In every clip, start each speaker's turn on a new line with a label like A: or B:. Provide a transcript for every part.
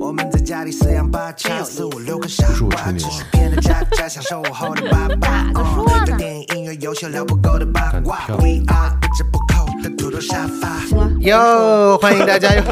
A: 我们在家里四仰八
B: 哎
A: 叉，四五六个傻
C: 树
A: 瓜，
C: 吹牛
A: 只是骗着家家享受午后的八卦。
B: 咋个说
A: 嗯对
B: 呢
A: 电影音乐优秀聊不够的八卦
C: 干得漂
A: ，We are 一直不扣的土豆沙发。
D: 哟，欢 迎大家哟，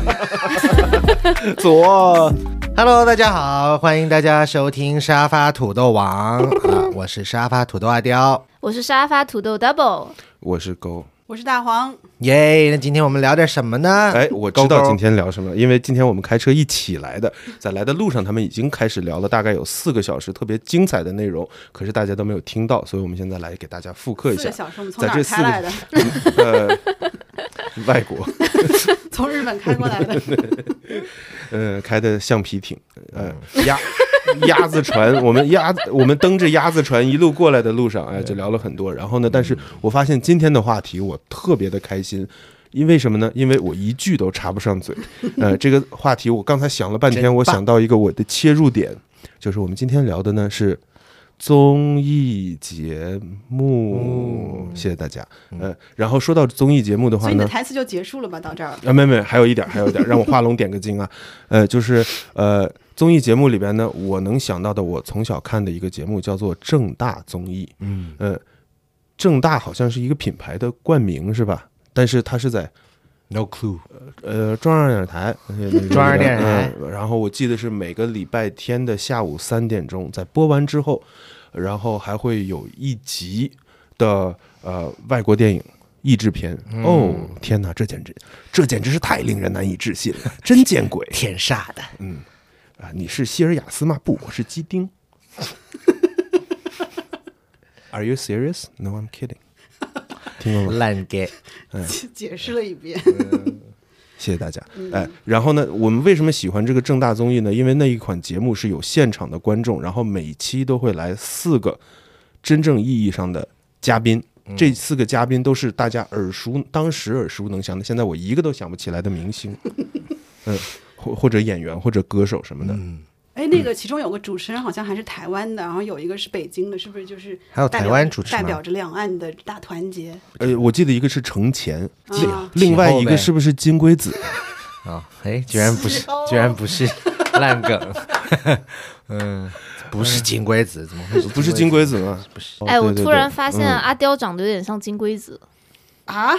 D: 左，Hello，大家好，欢迎大家收听沙发土豆王啊，我是沙发土豆阿刁，
B: 我是沙发土豆 double，
C: 我是勾，
E: 我是大黄，
D: 耶，那今天我们聊点什么呢？
C: 哎，我知道
D: 勾勾
C: 今天聊什么了，因为今天我们开车一起来的， 在来的路上，他们已经开始聊了大概有四个小时特别精彩的内容，可是大家都没有听到，所以我们现在来给大家复刻一
E: 四
C: 下
E: 个。小时我们从
C: 在
E: 哪
C: 这
E: 儿
C: 四
E: 开来的
C: 个？呃， 外国，
E: 从日本开过 来的。
C: 呃，开的橡皮艇，呃，鸭鸭子船，我们鸭子我们蹬着鸭子船一路过来的路上，哎，就聊了很多。然后呢，但是我发现今天的话题我特别的开心。因为什么呢？因为我一句都插不上嘴。呃，这个话题我刚才想了半天，
D: 真
C: 我
D: 棒
C: 想到一个我的切入点，就是我们今天聊的呢是综艺节目。谢谢大家。呃，然后说到综艺节目的话
E: 所以你
C: 呢
E: 的，台词就结束了吧？到这儿，
C: 啊，没没，还有一点儿，还有一点儿，让我画龙点个睛啊。呃，就是呃，综艺节目里边呢，我能想到的，我从小看的一个节目叫做正大综艺。嗯，呃，正大好像是一个品牌的冠名是吧？但是它是在
D: No clue，
C: 呃中央电视台， 呃
D: 中央电视台
C: 嗯然后我记得是每个礼拜天的下午三点钟，在播完之后，然后还会有一集的呃外国电影。译制片
D: 嗯
C: 哦，天哪，这简直，这简直是太令人难以置信了，真见鬼！
D: 天煞的，
C: 啊，你是希尔雅斯吗？不，我是基 丁。Are you serious? No, I'm kidding。听过吗？
D: 烂 gay，
E: 解释了一遍。
C: 谢谢大家。
B: 嗯
C: 哎，然后呢，我们为什么喜欢这个正大综艺呢？因为那一款节目是有现场的观众，然后每期都会来四个真正意义上的嘉宾。这四个嘉宾都是大家耳熟，当时耳熟能详的，现在我一个都想不起来的明 星，嗯，或或者演员或者歌手什么的。
E: 哎，那个其中有个主持人好像还是台湾的，然后有一个是北京的，是不是就是
D: 还有
E: 代表
D: 台湾主持吗
E: 代表着两岸的大团结？
C: 呃，我记得一个是程前，另、
E: 啊
C: 另外一
D: 前后
C: 个
D: 呗
C: 是不是金龟子？
D: 啊，哎，居然不是，居然不是烂梗， 嗯，不是金龟子，怎么会
C: 不是金龟子吗？
D: 不是？
B: 哎，
C: 哦
B: 我
C: 对对
B: 突
C: 对
B: 然发现
C: 嗯
B: 阿刁长得有点像金龟子，
E: 啊，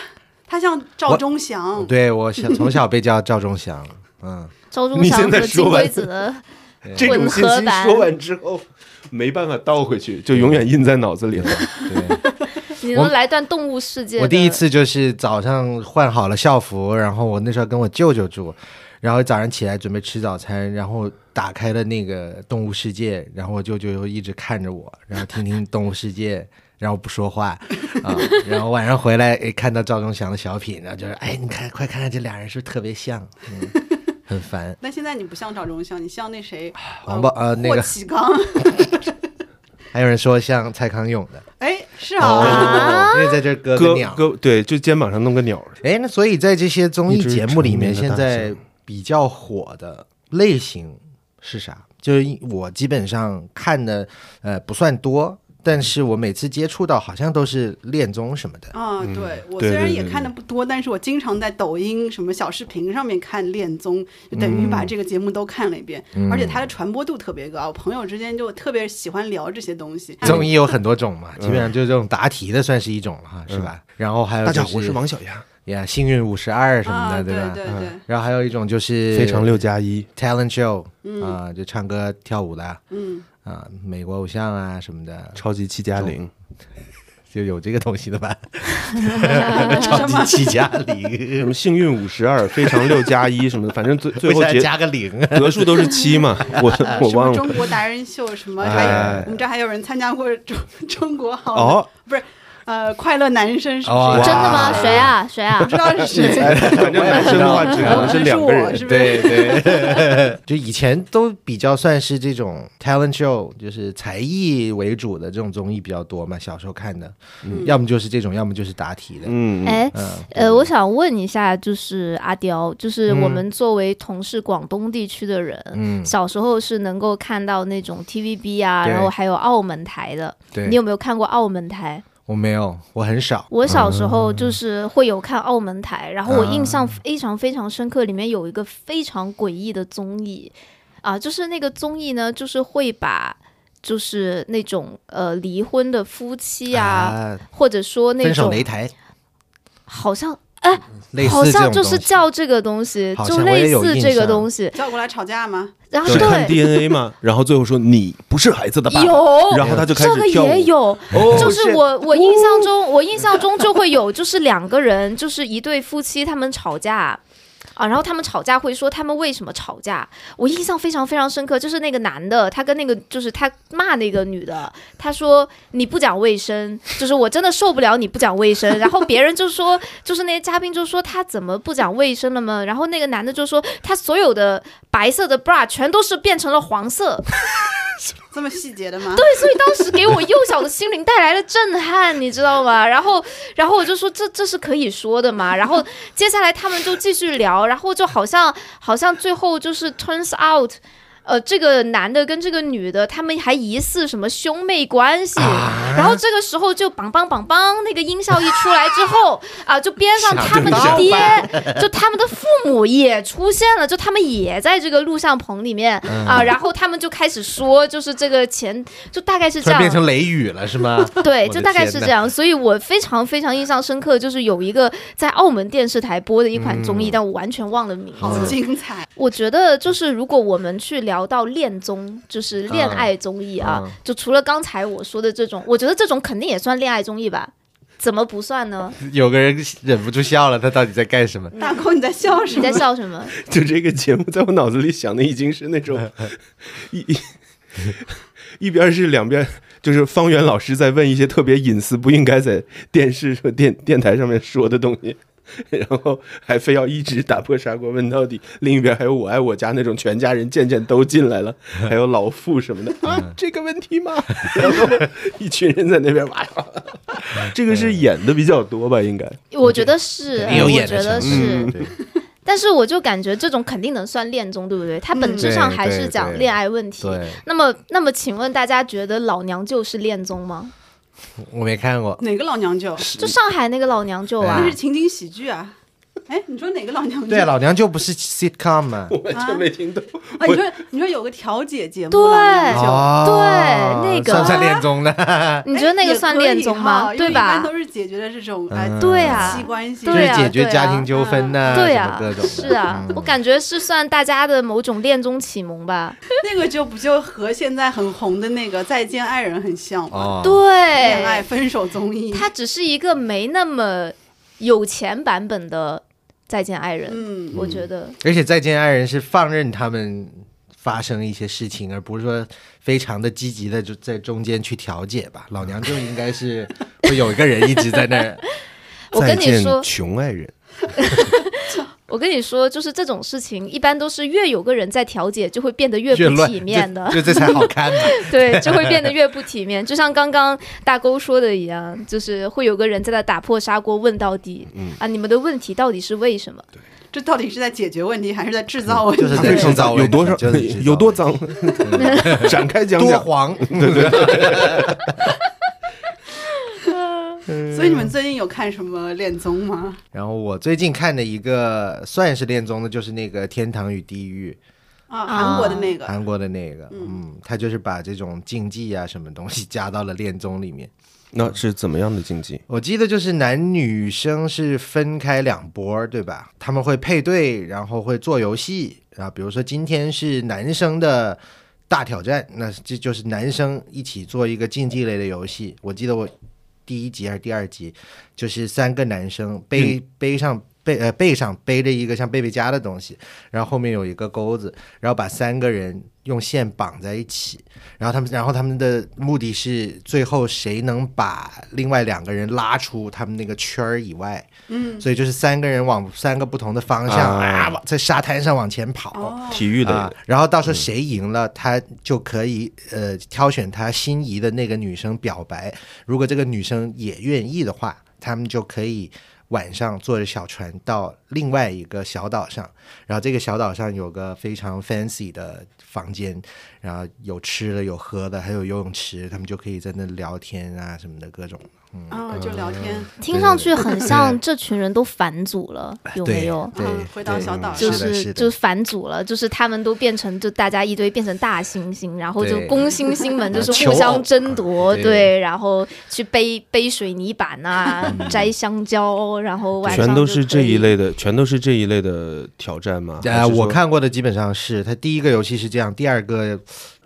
E: 他像赵忠祥，
D: 哦对我小从小被叫赵忠祥，嗯，
B: 赵忠
C: 你
B: 祥
C: 现在
B: 和金
C: 说完
B: 龟子的
C: 这种
B: 混
C: 信
B: 合
C: 息
B: 版
C: 说完之后，没办法倒回去，就永远印在脑子里了。
D: 对。
B: 你
D: 我
B: 能来段动物世界？
D: 我第一， 次 就是早上换好了校服，然后我那时候跟我舅舅住，然后早上起来准备吃早餐，然后打开了那个《动物世界》，然后我舅舅又一直看着我，然后听听《动物世界》。 然后不说话啊、然后晚上回来，哎，看到赵忠祥的小品，然后就是，哎，你看，快看看这俩人是不是特别像？嗯，很烦。
E: 但现在你不像赵忠祥，你像那谁，
D: 王宝呃那个
E: 霍启刚。
D: 还有人说像蔡康永的，
E: 哎，是
D: 哦
E: 啊，
D: 因为在这儿搁个
C: 哥
D: 鸟，
C: 哥，对，就肩膀上弄个鸟儿。
D: 哎，那所以在这些综艺
C: 一只
D: 节目里面，
C: 成年的
D: 现
C: 大
D: 在
C: 象
D: 比较火的类型是啥？就是一我基本上看的呃不算多，但是我每次接触到好像都是恋综什么的。
E: 啊，对我
C: 对
E: 虽然
C: 对
E: 也
C: 对
E: 看的不多，但是我经常在抖音什么小视频上面看恋综，就等于把这个节目都看了一遍，而且它的传播度特别高，我朋友之间就特别喜欢聊这些东西。
D: 综艺有很多种
C: 嗯
D: 嘛，基本上就是这种答题的算是一种了哈，是吧？然后还有
C: 大家
D: 就
C: 好，我是王小牙，
D: 呀，幸运五十二什么
E: 啊，
D: 的，
E: 对
D: 吧？
E: 对
D: 然后还有一种就是
C: 非常六加一。
D: talent show
E: 嗯
D: 啊，就唱歌跳舞的，嗯啊，美国偶像啊什么的，
C: 超级七加零，
D: 就有这个东西的吧？超级七加零，
C: 什 么幸运五十二，非常六加一什么的，反正最最
D: 为
C: 后
D: 啥
C: 结
D: 加个 零啊？
C: 得数都是七 嘛，我我
E: 什么
C: 忘了。
E: 中国达人秀什么？还有
C: 哎
E: 我们这还有人参加过中中国好男
C: 哦，
E: 不是呃快乐男生是不
D: 哦
E: 是？
B: 真的吗？
D: 哇
B: 谁啊？谁啊
E: 不？知道是谁，
C: 反正男生的话只能是
B: 哎
C: 两个
E: 我
C: 人
E: 是。不是？
D: 对， 就以前都比较算是这种 talent show，就是才艺为主的这种综艺比较多嘛，小时候看的，要么就是这种，要么就是答题的。
C: 嗯，
B: 哎，呃，我想问一下，就是阿刁，就是我们作为同是广东地区的人，
D: 嗯
B: 小时候是能够看到那种 TVB 啊，
D: 对
B: 然后还有澳门台的，
D: 对
B: 你有没有看过澳门台？
D: 我没有，我很少。
B: 我小时
D: 嗯
B: 候就是会有看澳门台，然后我印象非常非常深刻，里面有一个非常诡异的综艺，啊，就是那个综艺呢，就是会把就是那种呃离婚的夫妻啊，
D: 啊，
B: 或者说那
D: 分手
B: 种
D: 擂台，
B: 好像
D: 类似
B: 好
D: 这种
B: 像就是
D: 东西
B: 叫这个东西
D: 好，
B: 就
D: 像我也
B: 类
D: 有
B: 似
D: 印
B: 这个
D: 象
B: 东西。
E: 叫过来吵架吗？
B: 然后
C: 嗯是看
B: 哎对，
C: DNA 嘛，然后最后说你不是孩子的爸爸，
B: 有
C: 然后他就开
B: 这
C: 始
B: 个
C: 跳舞
B: 也有，
C: 哦
B: 就是我我印象中，我印象中就会有，就是两个人，就是一对夫妻，他们吵架。啊，然后他们吵架会说他们为什么吵架，我印象非常非常深刻，就是那个男的，他跟那个就是他骂那个女的，他说你不讲卫生，就是我真的受不了你不讲卫生。然后别人就说，就是那些嘉宾就说他怎么不讲卫生了吗？然后那个男的就说他所有的白色的 bra 全都是变成了黄色，
E: 这么细节的吗？
B: 对，所以当时给我幼小的心灵带来了震撼，你知道吗？ 然后，然后我就说这这是可以说的嘛。然后接下来他们就继续聊，然后就好像好像最后就是 turns out。呃，这个男的跟这个女的，他们还疑似什么兄妹关系，然后这个时候就梆梆梆梆，那个音效一出来之后， 啊、就边上他 们的爹，就他们的父母也出现了，就他们也在这个录像棚里面
D: 嗯
B: 啊、然后他们就开始说，就是这个前就大概是
D: 突
B: 这
D: 然变
B: 样。
D: 成雷雨了是 吗？
B: 对，
D: 我
B: 就
D: 的
B: 大概
D: 天
B: 是
D: 呐
B: 这样，所以我非常非常印象深刻，就是有一个在澳门电视台播的一款
D: 嗯
B: 综艺，但我完全忘了名字。
E: 好精彩！
B: 我觉得就是如果我们去聊到恋综，就是恋爱综艺啊，
D: 嗯
B: 就除了刚才我说的这种，我觉得这种肯定也算恋爱综艺吧？怎么不算呢？
D: 有个人忍不住笑了，他到底在干什么？
E: 大狗你在笑什
B: 你在
E: 么？
B: 笑什么？
C: 就这个节目，在我脑子里想的已经是那种一一 一边是两边，就是方圆老师在问一些特别隐私、不应该在电视和电电台上面说的东西，然后还非要一直打破砂锅问到底。另一边还有我爱我家那种全家人渐渐都进来了，还有老傅什么的啊，这个问题吗？ 然后一群人在那边哇，这个是演的比较多吧？应该
B: 我觉得是，哎
D: 没有
B: 我
D: 演
B: 觉得
D: 的成
B: 是，
D: 分对嗯
B: 但是我就感觉这种肯定能算恋综，对不对？它本质上
D: 对
B: 还是
D: 嗯对
B: 讲
D: 对
B: 恋爱问题。
D: 对，
B: 那么，那么，请问大家觉得《老娘舅》是恋综吗？
D: 我没看过。
E: 哪个老娘舅？
B: 就上海那个老娘舅啊
E: 那，是情景喜剧啊！哎，你说哪个老娘舅？
D: 对，啊老娘舅不是 sitcom 啊吗？
C: 完全没听懂。
E: 啊，你说你说有个调解节目，
B: 对
E: 老娘舅
D: 哦，
B: 对那个
D: 算不算恋综呢？
B: 你觉得那个
E: 哎
B: 算
E: 也可以
B: 恋综
E: 哈
B: 吗？
E: 因为
B: 对
E: 一
B: 吧
E: 般？都是解决的这种哎
D: 嗯
B: 对啊
E: 夫妻关系，
D: 就是
B: 对啊
D: 解决家庭纠纷呐，
B: 对
D: 哎什么
B: 啊
D: 各，种的嗯
B: 是啊，我感觉是算大家的某种恋综启蒙吧。
E: 那个就不就和现在很红的那个《再见爱人》很像吗？
D: 哦，
E: 恋爱
B: 对，
E: 分手综艺，
B: 它只是一个没那么有钱版本的《再见爱人》，
E: 嗯，
B: 我觉得。
D: 而且《再见爱人》是放任他们发生一些事情，而不是说非常的积极的就在中间去调解吧。老娘舅应该是会有一个人一直在那儿，
B: 我跟你说，
C: 穷爱人。
B: 我跟你说，就是这种事情，一般都是越有个人在调解，就会变得越
D: 越
B: 不
D: 乱
B: 体面的，
D: 就就这才好看 嘛。
B: 对，就会变得越不体面。就像刚刚大沟说的一样，就是会有个人在那打破砂锅问到底，
D: 嗯
B: 啊，你们的问题到底是为什么？
E: 这到底是在解决问题还是在制造问题？
D: 嗯就是在制造问
C: 有
D: 题
C: 多少
D: 就是 制造
C: 有多脏， 展开讲
D: 多
C: 讲。
D: 黄，
E: 所以你们最近有看什么恋综吗？
D: 然后我最近看的一个算是恋综的，就是那个《天堂与地狱
E: 啊，韩国的那》，个，
D: 韩国的那个，嗯，他就是把这种竞技啊什么东西加到了恋综里面。
C: 那是怎么样的竞技？
D: 我记得就是男女生是分开两波，对吧？他们会配对，然后会做游戏啊，比如说今天是男生的大挑战，那这就是男生一起做一个竞技类的游戏。我记得我第一集还是第二集，就是三个男生背、背上。背呃背上背着一个像贝贝夹的东西，然后后面有一个钩子，然后把三个人用线绑在一起，然后他们，然后他们的目的是最后谁能把另外两个人拉出他们那个圈儿以外。嗯，所以就是三个人往三个不同的方向
C: 啊
D: 啊，往在沙滩上往前跑。
E: 哦
C: 体育
D: 啊
C: 类，
D: 然后到时候谁赢了，他就可以呃挑选他心仪的那个女生表白。如果这个女生也愿意的话，他们就可以晚上坐着小船到另外一个小岛上，然后这个小岛上有个非常 fancy 的房间，然后有吃的有喝的，还有游泳池，他们就可以在那聊天啊什么的各种。
E: 啊，就聊
D: 嗯
E: 天，
B: 听上去很像这群人都反组了，有没有？
D: 哎对
E: 嗯，回到
D: 对
E: 小岛
B: 就
E: 上，
D: 啊是的是的
B: 就是反组了，就是他们都变成就大家一堆变成大猩猩，然后就
D: 对
B: 公猩猩们就是
D: 求
B: 互
D: 偶
B: 相争夺，
D: 对
B: 对，然后去背背水泥板啊， 摘香蕉，然后晚上
C: 全都
B: 就是可
C: 这
B: 以
C: 一。类的，全都是这一类的挑战吗？还
D: 呃，
C: 是说
D: 我看过的基本上是他第一个游戏是这样，第二个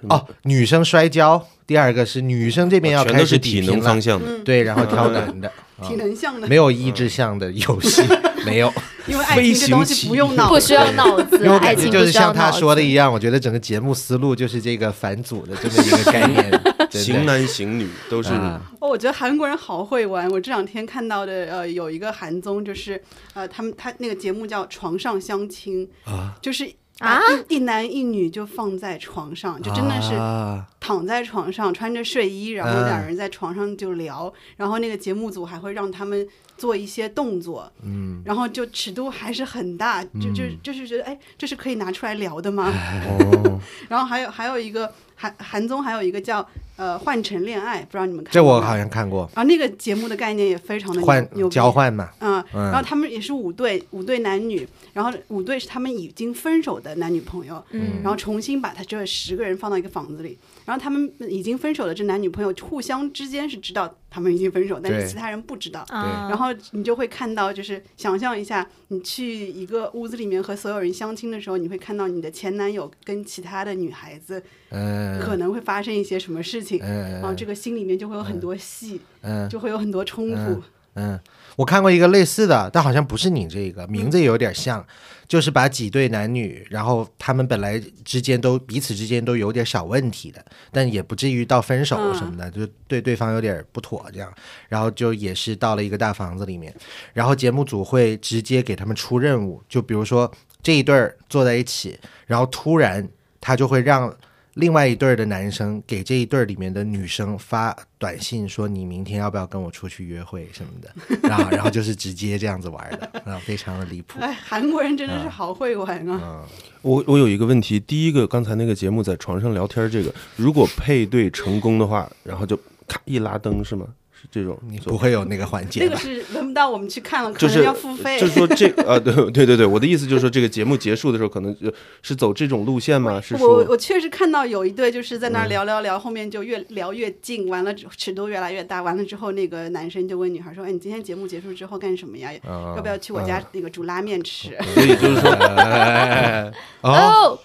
D: 哦，女生摔跤，第二个是女生这边要
C: 全都
D: 开
C: 是
D: 始
C: 体
D: 比
C: 能
D: 拼
C: 方
D: 了，
C: 向的。
E: 嗯，
D: 对， 然后挑男 的，啊
E: 挺能像的
D: 嗯没，有益智项的游戏，没有，
E: 因为爱情这东西不用脑
B: 不需
E: 子，
B: 要脑子
D: 因为，我
B: 爱
D: 感觉
B: 情
D: 就
B: 不
D: 是
B: 需要
D: 像
B: 脑
D: 他
B: 子。
D: 说的一样，我觉得整个节目思路就是这个反祖的这么一个概 念，
C: 型
D: 真的
C: 男型女都是
D: 啊
E: 哦，我觉得韩国人好会玩。我这两天看到的，呃，有一个韩综，就是呃，他们他那个节目叫《床上相亲》，啊，就是
B: 啊
E: 把一一男一女就放在床上，就真的是
D: 啊
E: 躺在床上，穿着睡衣，然后
D: 嗯
E: 两人在床上就聊，然后那个节目组还会让他们做一些动作，嗯，然后就尺度还是很大，就
D: 嗯
E: 就就是觉得哎，这是可以拿出来聊的吗？
D: 哦
E: 然后还有还有一个韩韩综还有一个叫呃换乘恋爱，不知道你们看
D: 这
E: 过
D: 我
E: 吗
D: 好像看过，
E: 然后啊那个节目的概念也非常的牛
D: 换
E: 牛逼
D: 交换嘛，
E: 嗯，
D: 嗯
E: 然后他们也是五对，五对男女，然后五对是他们已经分手的男女朋友，
B: 嗯
E: 然后重新把他这十个人放到一个房子里，然后他们已经分手的这男女朋友互相之间是知道他们已经分手，但是
D: 对
E: 其他人不知道。
C: 嗯
B: 啊，
E: 然后你就会看到，就是想象一下，你去一个屋子里面和所有人相亲的时候，你会看到你的前男友跟其他的女孩子可
D: 嗯
E: 能会发生一些什么事情，
C: 嗯
E: 然后这个心里面就会有很多戏，
D: 嗯
E: 就会有很多冲突。
D: 嗯，我看过一个类似的，但好像不是你这个，名字也有点像，就是把几对男女，然后他们本来之间都彼此之间都有点小问题的，但也不至于到分手什么的，就对对方有点不妥这样，然后就也是到了一个大房子里面，然后节目组会直接给他们出任务，就比如说这一对儿坐在一起，然后突然他就会让。另外一对儿的男生给这一对儿里面的女生发短信说：“你明天要不要跟我出去约会什么的？”然后，然后就是直接这样子玩的，啊，非常的 离谱。
E: 哎，韩国人真的是
C: 嗯
E: 好会玩啊！
C: 我我有一个问题，第一个刚才那个节目在床上聊天这个，如果配对成功的话，然后就咔一拉灯是吗？是这种
D: 你
C: 做
D: 不会有那个环
E: 这
D: 节
E: 个
D: 吧？
E: 是轮不到我们去看了，可
C: 就
E: 能
C: 是
E: 要付费。
C: 就是说这啊，对对对对，我的意思就是说这个节目结束的时候，可能就是走这种路线吗？是
E: 我
C: 说
E: 我确实看到有一对就是在那
D: 嗯
E: 儿聊聊聊，后面就越聊越近，完了之后尺度越来越大，完了之后那个男生就问女孩说：“哎，你今天节目结束之后干什么呀？
D: 啊
E: 要不要去我家那个煮拉面吃
D: 嗯
C: 所以就是说
D: 哦，
B: 哦，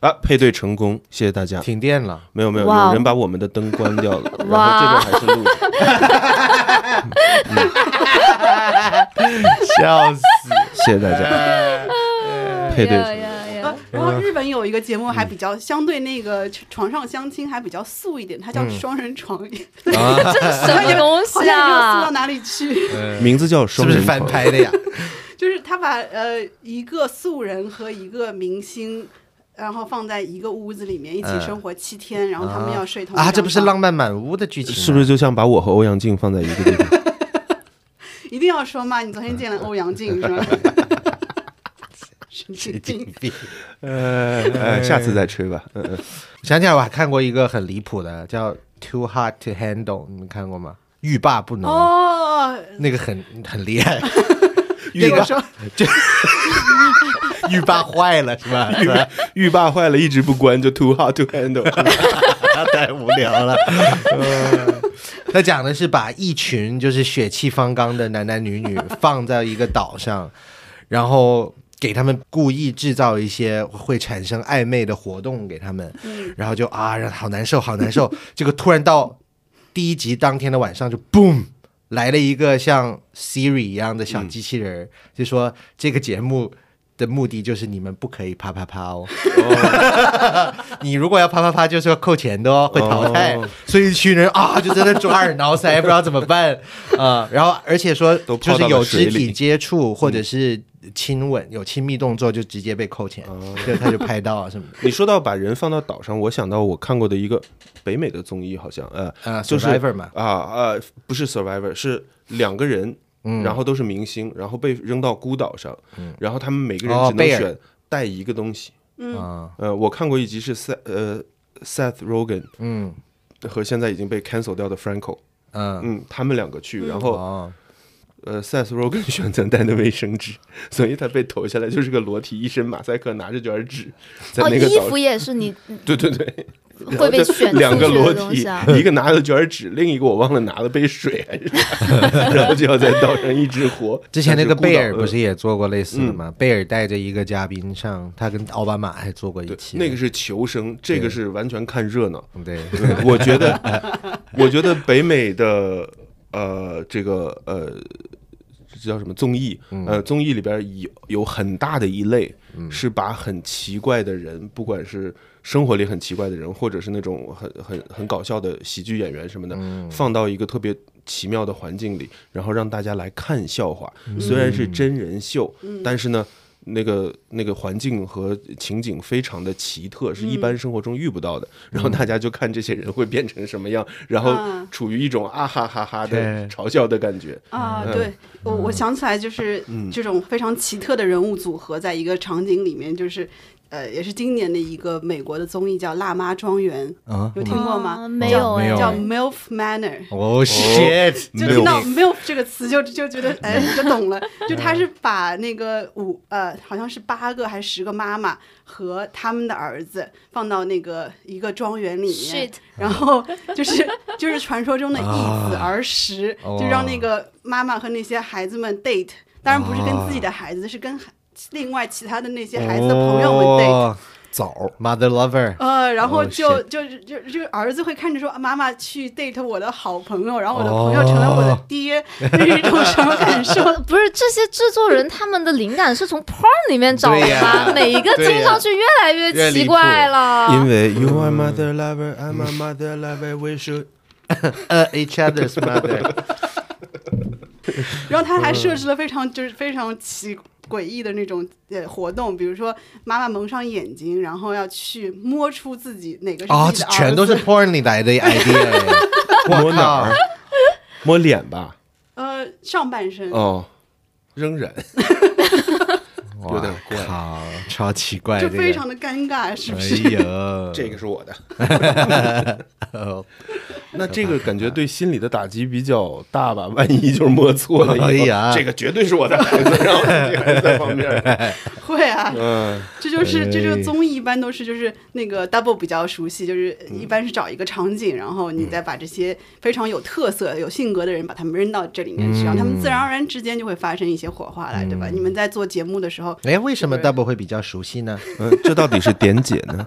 C: 啊，配对成功，谢谢大家。
D: 停电了，
C: 没有没有，
B: 哇哦
C: 有人把我们的灯关掉 了，然
B: 哇
C: 后这边还是录 着。
D: 笑死！
C: 谢谢大家。配 对成功
B: 哎呀呀！
E: 呃？”然
D: 嗯
E: 后日本有一个节目还比较相对那个床上相亲还比较素一点，它
D: 嗯
E: 叫双人床，
B: 这是什么东
E: 好像没有素
B: 西
E: 到
B: 啊？
E: 哪里去。
C: 名字叫
D: 是
C: 双
D: 不是
C: 人床
D: 翻拍的呀？
E: 就是他把呃一个素人和一个明星，然后放在一个屋子里面一起生活七天，然后他们要睡同一
D: 嗯啊，
E: 张
D: 这不是
E: 床
D: 浪漫满屋的剧情吗？啊
C: 是不是就像把我和欧阳靖放在一个地方？
E: 一定要说嘛？你昨天 见了欧阳靖是吧？神经病！
C: 哎，下次再吹吧。嗯嗯，
D: 想起来我还看过一个很离谱的，叫《Too Hard to Handle》，你们看过吗？欲罢不能，
E: 哦，
D: 那个很很厉 害。
E: 对我说
D: 欲罢坏了是 吧？是吧
C: 浴霸坏了，一直不关，就 too hot to handle。
D: 太无聊 了。呃他讲的是把一群就是血气方刚的男男女女放在一个岛上，然后给他们故意制造一些会产生暧昧的活动给他们，然后就啊，让好难受，好难受。结果突然到第一集当天的晚上就 boom。来了一个像 Siri 一样的
C: 嗯
D: 小机器人儿，就说这个节目的目的就是你们不可以啪啪啪哦， 你如果要啪啪啪，就是要扣钱的哦，会淘汰。
C: 哦
D: 所以一群人啊，就在那抓耳挠腮，哎不知道怎么办啊、然后而且说
C: 都
D: 就
C: 泡
D: 是
C: 到了
D: 有
C: 水
D: 肢
C: 里
D: 体接触或者
C: 嗯
D: 是亲吻、有亲密动作，就直接被扣钱，
C: 哦
D: 就他就拍到啊 什么的。
C: 你说到把人放到岛上，我想到我看过的一个北美的综艺，好像呃
D: 啊
C: 就是
D: Survivor 嘛
C: 啊呃，不是 Survivor，是两个人，
D: 嗯
C: 然后都是明星，然后被扔到孤岛上，然后他们每个人
D: 哦
C: 只能
D: 贝尔
C: 选带一个东西。
D: 啊，
C: 呃，我看过一集是 Seth 呃 Seth Rogen
D: 嗯
C: 和现在已经被 cancel 掉的 Franco，
D: 嗯，
C: 嗯，他们两个去，然后
D: 哦，
C: 呃，Seth Rogen 选择带的卫生纸，所以他被投下来就是个裸体，一身马赛克，拿着卷纸，在
B: 哦，
C: 那个
B: 衣
C: 岛
B: 服也是你
C: 对对对，
B: 会被选出
C: 两个
B: 去
C: 裸
B: 的东
C: 体
B: 西 啊，。
C: 一个拿了卷纸，另一个我忘了拿了杯水还是 啥，然后就要在岛上一直活。
D: 之前那个
C: 但孤
D: 贝
C: 岛呃
D: 尔不是也做过类似的
C: 嗯
D: 吗？贝尔带着一个嘉宾上，他跟奥巴马还做过一
C: 对
D: 期，
C: 那个是求生，这个是完全看热闹。
D: 对，
C: 嗯我觉得，我觉得北美的呃这个呃这叫什么综艺，
D: 嗯
C: 呃综艺里边有有很大的一类是把很奇怪的人，不管是生活里很奇怪的人，或者是那种很很很搞笑的喜剧演员什么的，放到一个特别。奇妙的环境里，然后让大家来看笑话。虽然是真人秀，但是呢，那个那个环境和情景非常的奇特，是一般生活中遇不到的。然后大家就看这些人会变成什么样，然后
E: 啊
C: 处于一种啊哈哈哈的
D: 对
C: 嘲笑的感觉。
E: 啊，
C: 嗯
E: 对，我我想起来，就是这种非常奇特的人物组合在一个场景里面，就是呃，也是今年的一个美国的综艺叫《辣妈庄园》，
D: 啊，
E: 有听过
B: 啊
E: 吗？
C: 嗯
B: 没
E: 叫
B: 有
D: 没有
E: 叫
D: 哎
E: MILF Manor。
D: 哦 shit，
E: 就听到 “milf” 这个词就就觉得哎，就懂了。就他是把那个五呃，好像是八个还是十个妈妈和他们的儿子放到那个一个庄园里面
B: Shit
E: 然后就是就是传说中的一子而食，
D: 哦
E: 就让那个妈妈和那些孩子们 date。当然不是跟自己的孩子，是跟孩另外其他的那些孩子的朋友们 date。
D: 哦早 mother lover，
E: 呃，然后
D: 哦
E: 就、
D: shit
E: 就是就就儿子会看着说啊妈妈去 date 我的好朋友，然后我的朋友成了我
D: 哦
E: 的爹， 这是一种什么感受？
B: 不是这些制作人，他们的灵感是从 porn 里面找
D: 对
B: 的
D: 呀
B: 吗？每一个
D: 对呀
B: 听上去越来
D: 越
B: 越
D: 离
B: 奇
D: 谱
B: 怪了。
C: 因为
D: 嗯
C: You are mother lover, I'm a mother lover, we should。
D: 呃，each other's mother，
E: 然后他还
D: 嗯
E: 设置了非常就是非常奇诡异的那种呃活动，比如说妈妈蒙上眼睛，然后要去摸出自己哪个是
C: 哦
D: 啊，
E: 自
D: 这
E: 己的儿子，
D: 全都是 porn 里来的 idea，
C: 摸哪
D: 靠
C: 儿？摸脸吧？
E: 呃上半身。
C: 哦，仍然有点怪。
D: 好，超奇怪，
E: 就
D: 哎这
E: 非
D: 个
E: 常的尴尬，是不
D: 哎
E: 是？
D: 呦，
C: 这个是我的。 那这个感觉对心理的打击比较大吧？万一就是摸错了以后，
D: 哎呀
C: 这个绝对是我的孩子，然后这个孩子在旁 边，
E: 会啊，
C: 嗯，
E: 这就是这就
D: 哎
E: 是综艺一般都是就是那个 double 比较熟悉，就是
C: 嗯
E: 一般是找一个场景，然后你再把这些非常有特色、有性格的人把他们扔到这里面
C: 嗯
E: 去，然后他们自然而然之间就会发生一些火花来，对吧？你们在做节目的时候，
D: 哎，为什么
E: 对
D: double 会比较熟悉呢
C: 嗯，这到底是点解 呢？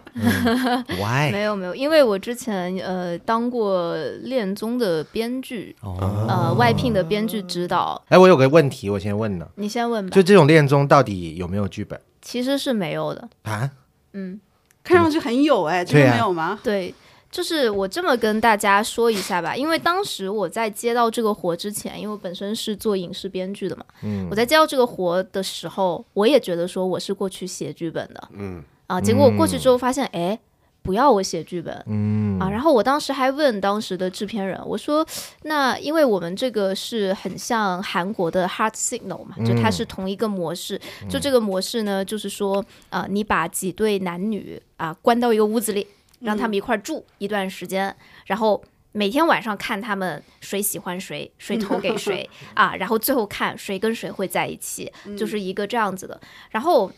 D: ？Why？
B: 没有没有，因为我之前呃当过恋综的编剧，
D: 哦
B: 呃外聘的编剧指导。
D: 哎，我有个问题，我先问呢，
B: 你先问吧
D: 就，这种恋综到底有没有剧本
B: 其实是没有的。
D: 啊？
B: 嗯，
E: 看上去很有哎，真
D: 对
E: 的
D: 啊
E: 没有吗？
B: 对，就是我这么跟大家说一下吧，因为当时我在接到这个活之前，因为我本身是做影视编剧的嘛，
D: 嗯
B: 我在接到这个活的时候，我也觉得说我是过去写剧本的，嗯，啊，结果我过去之后发现，哎、不要我写剧本，
D: 嗯
B: 啊，然后我当时还问当时的制片人，我说，那因为我们这个是很像韩国的 Heart Signal 嘛，就它是同一个模式，就这个模式呢，就是说，啊，你把几对男女啊、关到一个屋子里，让他们一块儿住一段时间，然后。每天晚上看他们谁喜欢谁，谁投给谁啊，然后最后看谁跟谁会在一起，就是一个这样子的。然后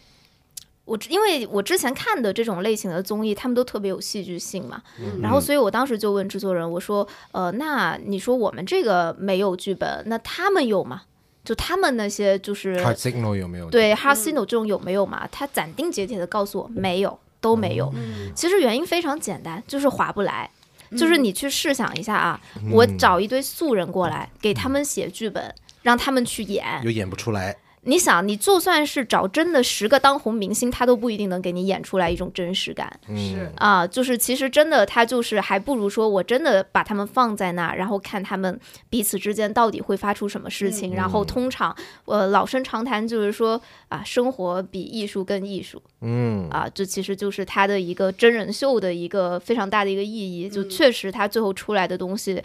B: 我因为我之前看的这种类型的综艺，他们都特别有戏剧性嘛，然后所以我当时就问制作人，我说，呃，那你说我们这个没有剧本，那他们有吗？就他们那些就是
D: ，Heart Signal 有没有？，
B: 对哈西诺这种有没有嘛？他斩钉截铁的告诉我没有，都没有。其实原因非常简单，就是划不来。就是你去试想一下啊，我找一堆素人过来，给他们写剧本，让他们去演，
D: 又演不出来，
B: 你想，你就算是找真的十个当红明星，他都不一定能给你演出来一种真实感
D: 嗯
C: 嗯
E: 是，
B: 啊、就是其实真的，他就是还不如说我真的把他们放在那儿，然后看他们彼此之间到底会发出什么事情。然后
D: 嗯
B: 通常，呃，老生常谈就是说啊，生活比艺术更艺术。
D: 嗯，
B: 啊，这其实就是它的一个真人秀的一个非常大的一个意义。就确实，它最后出来的东西，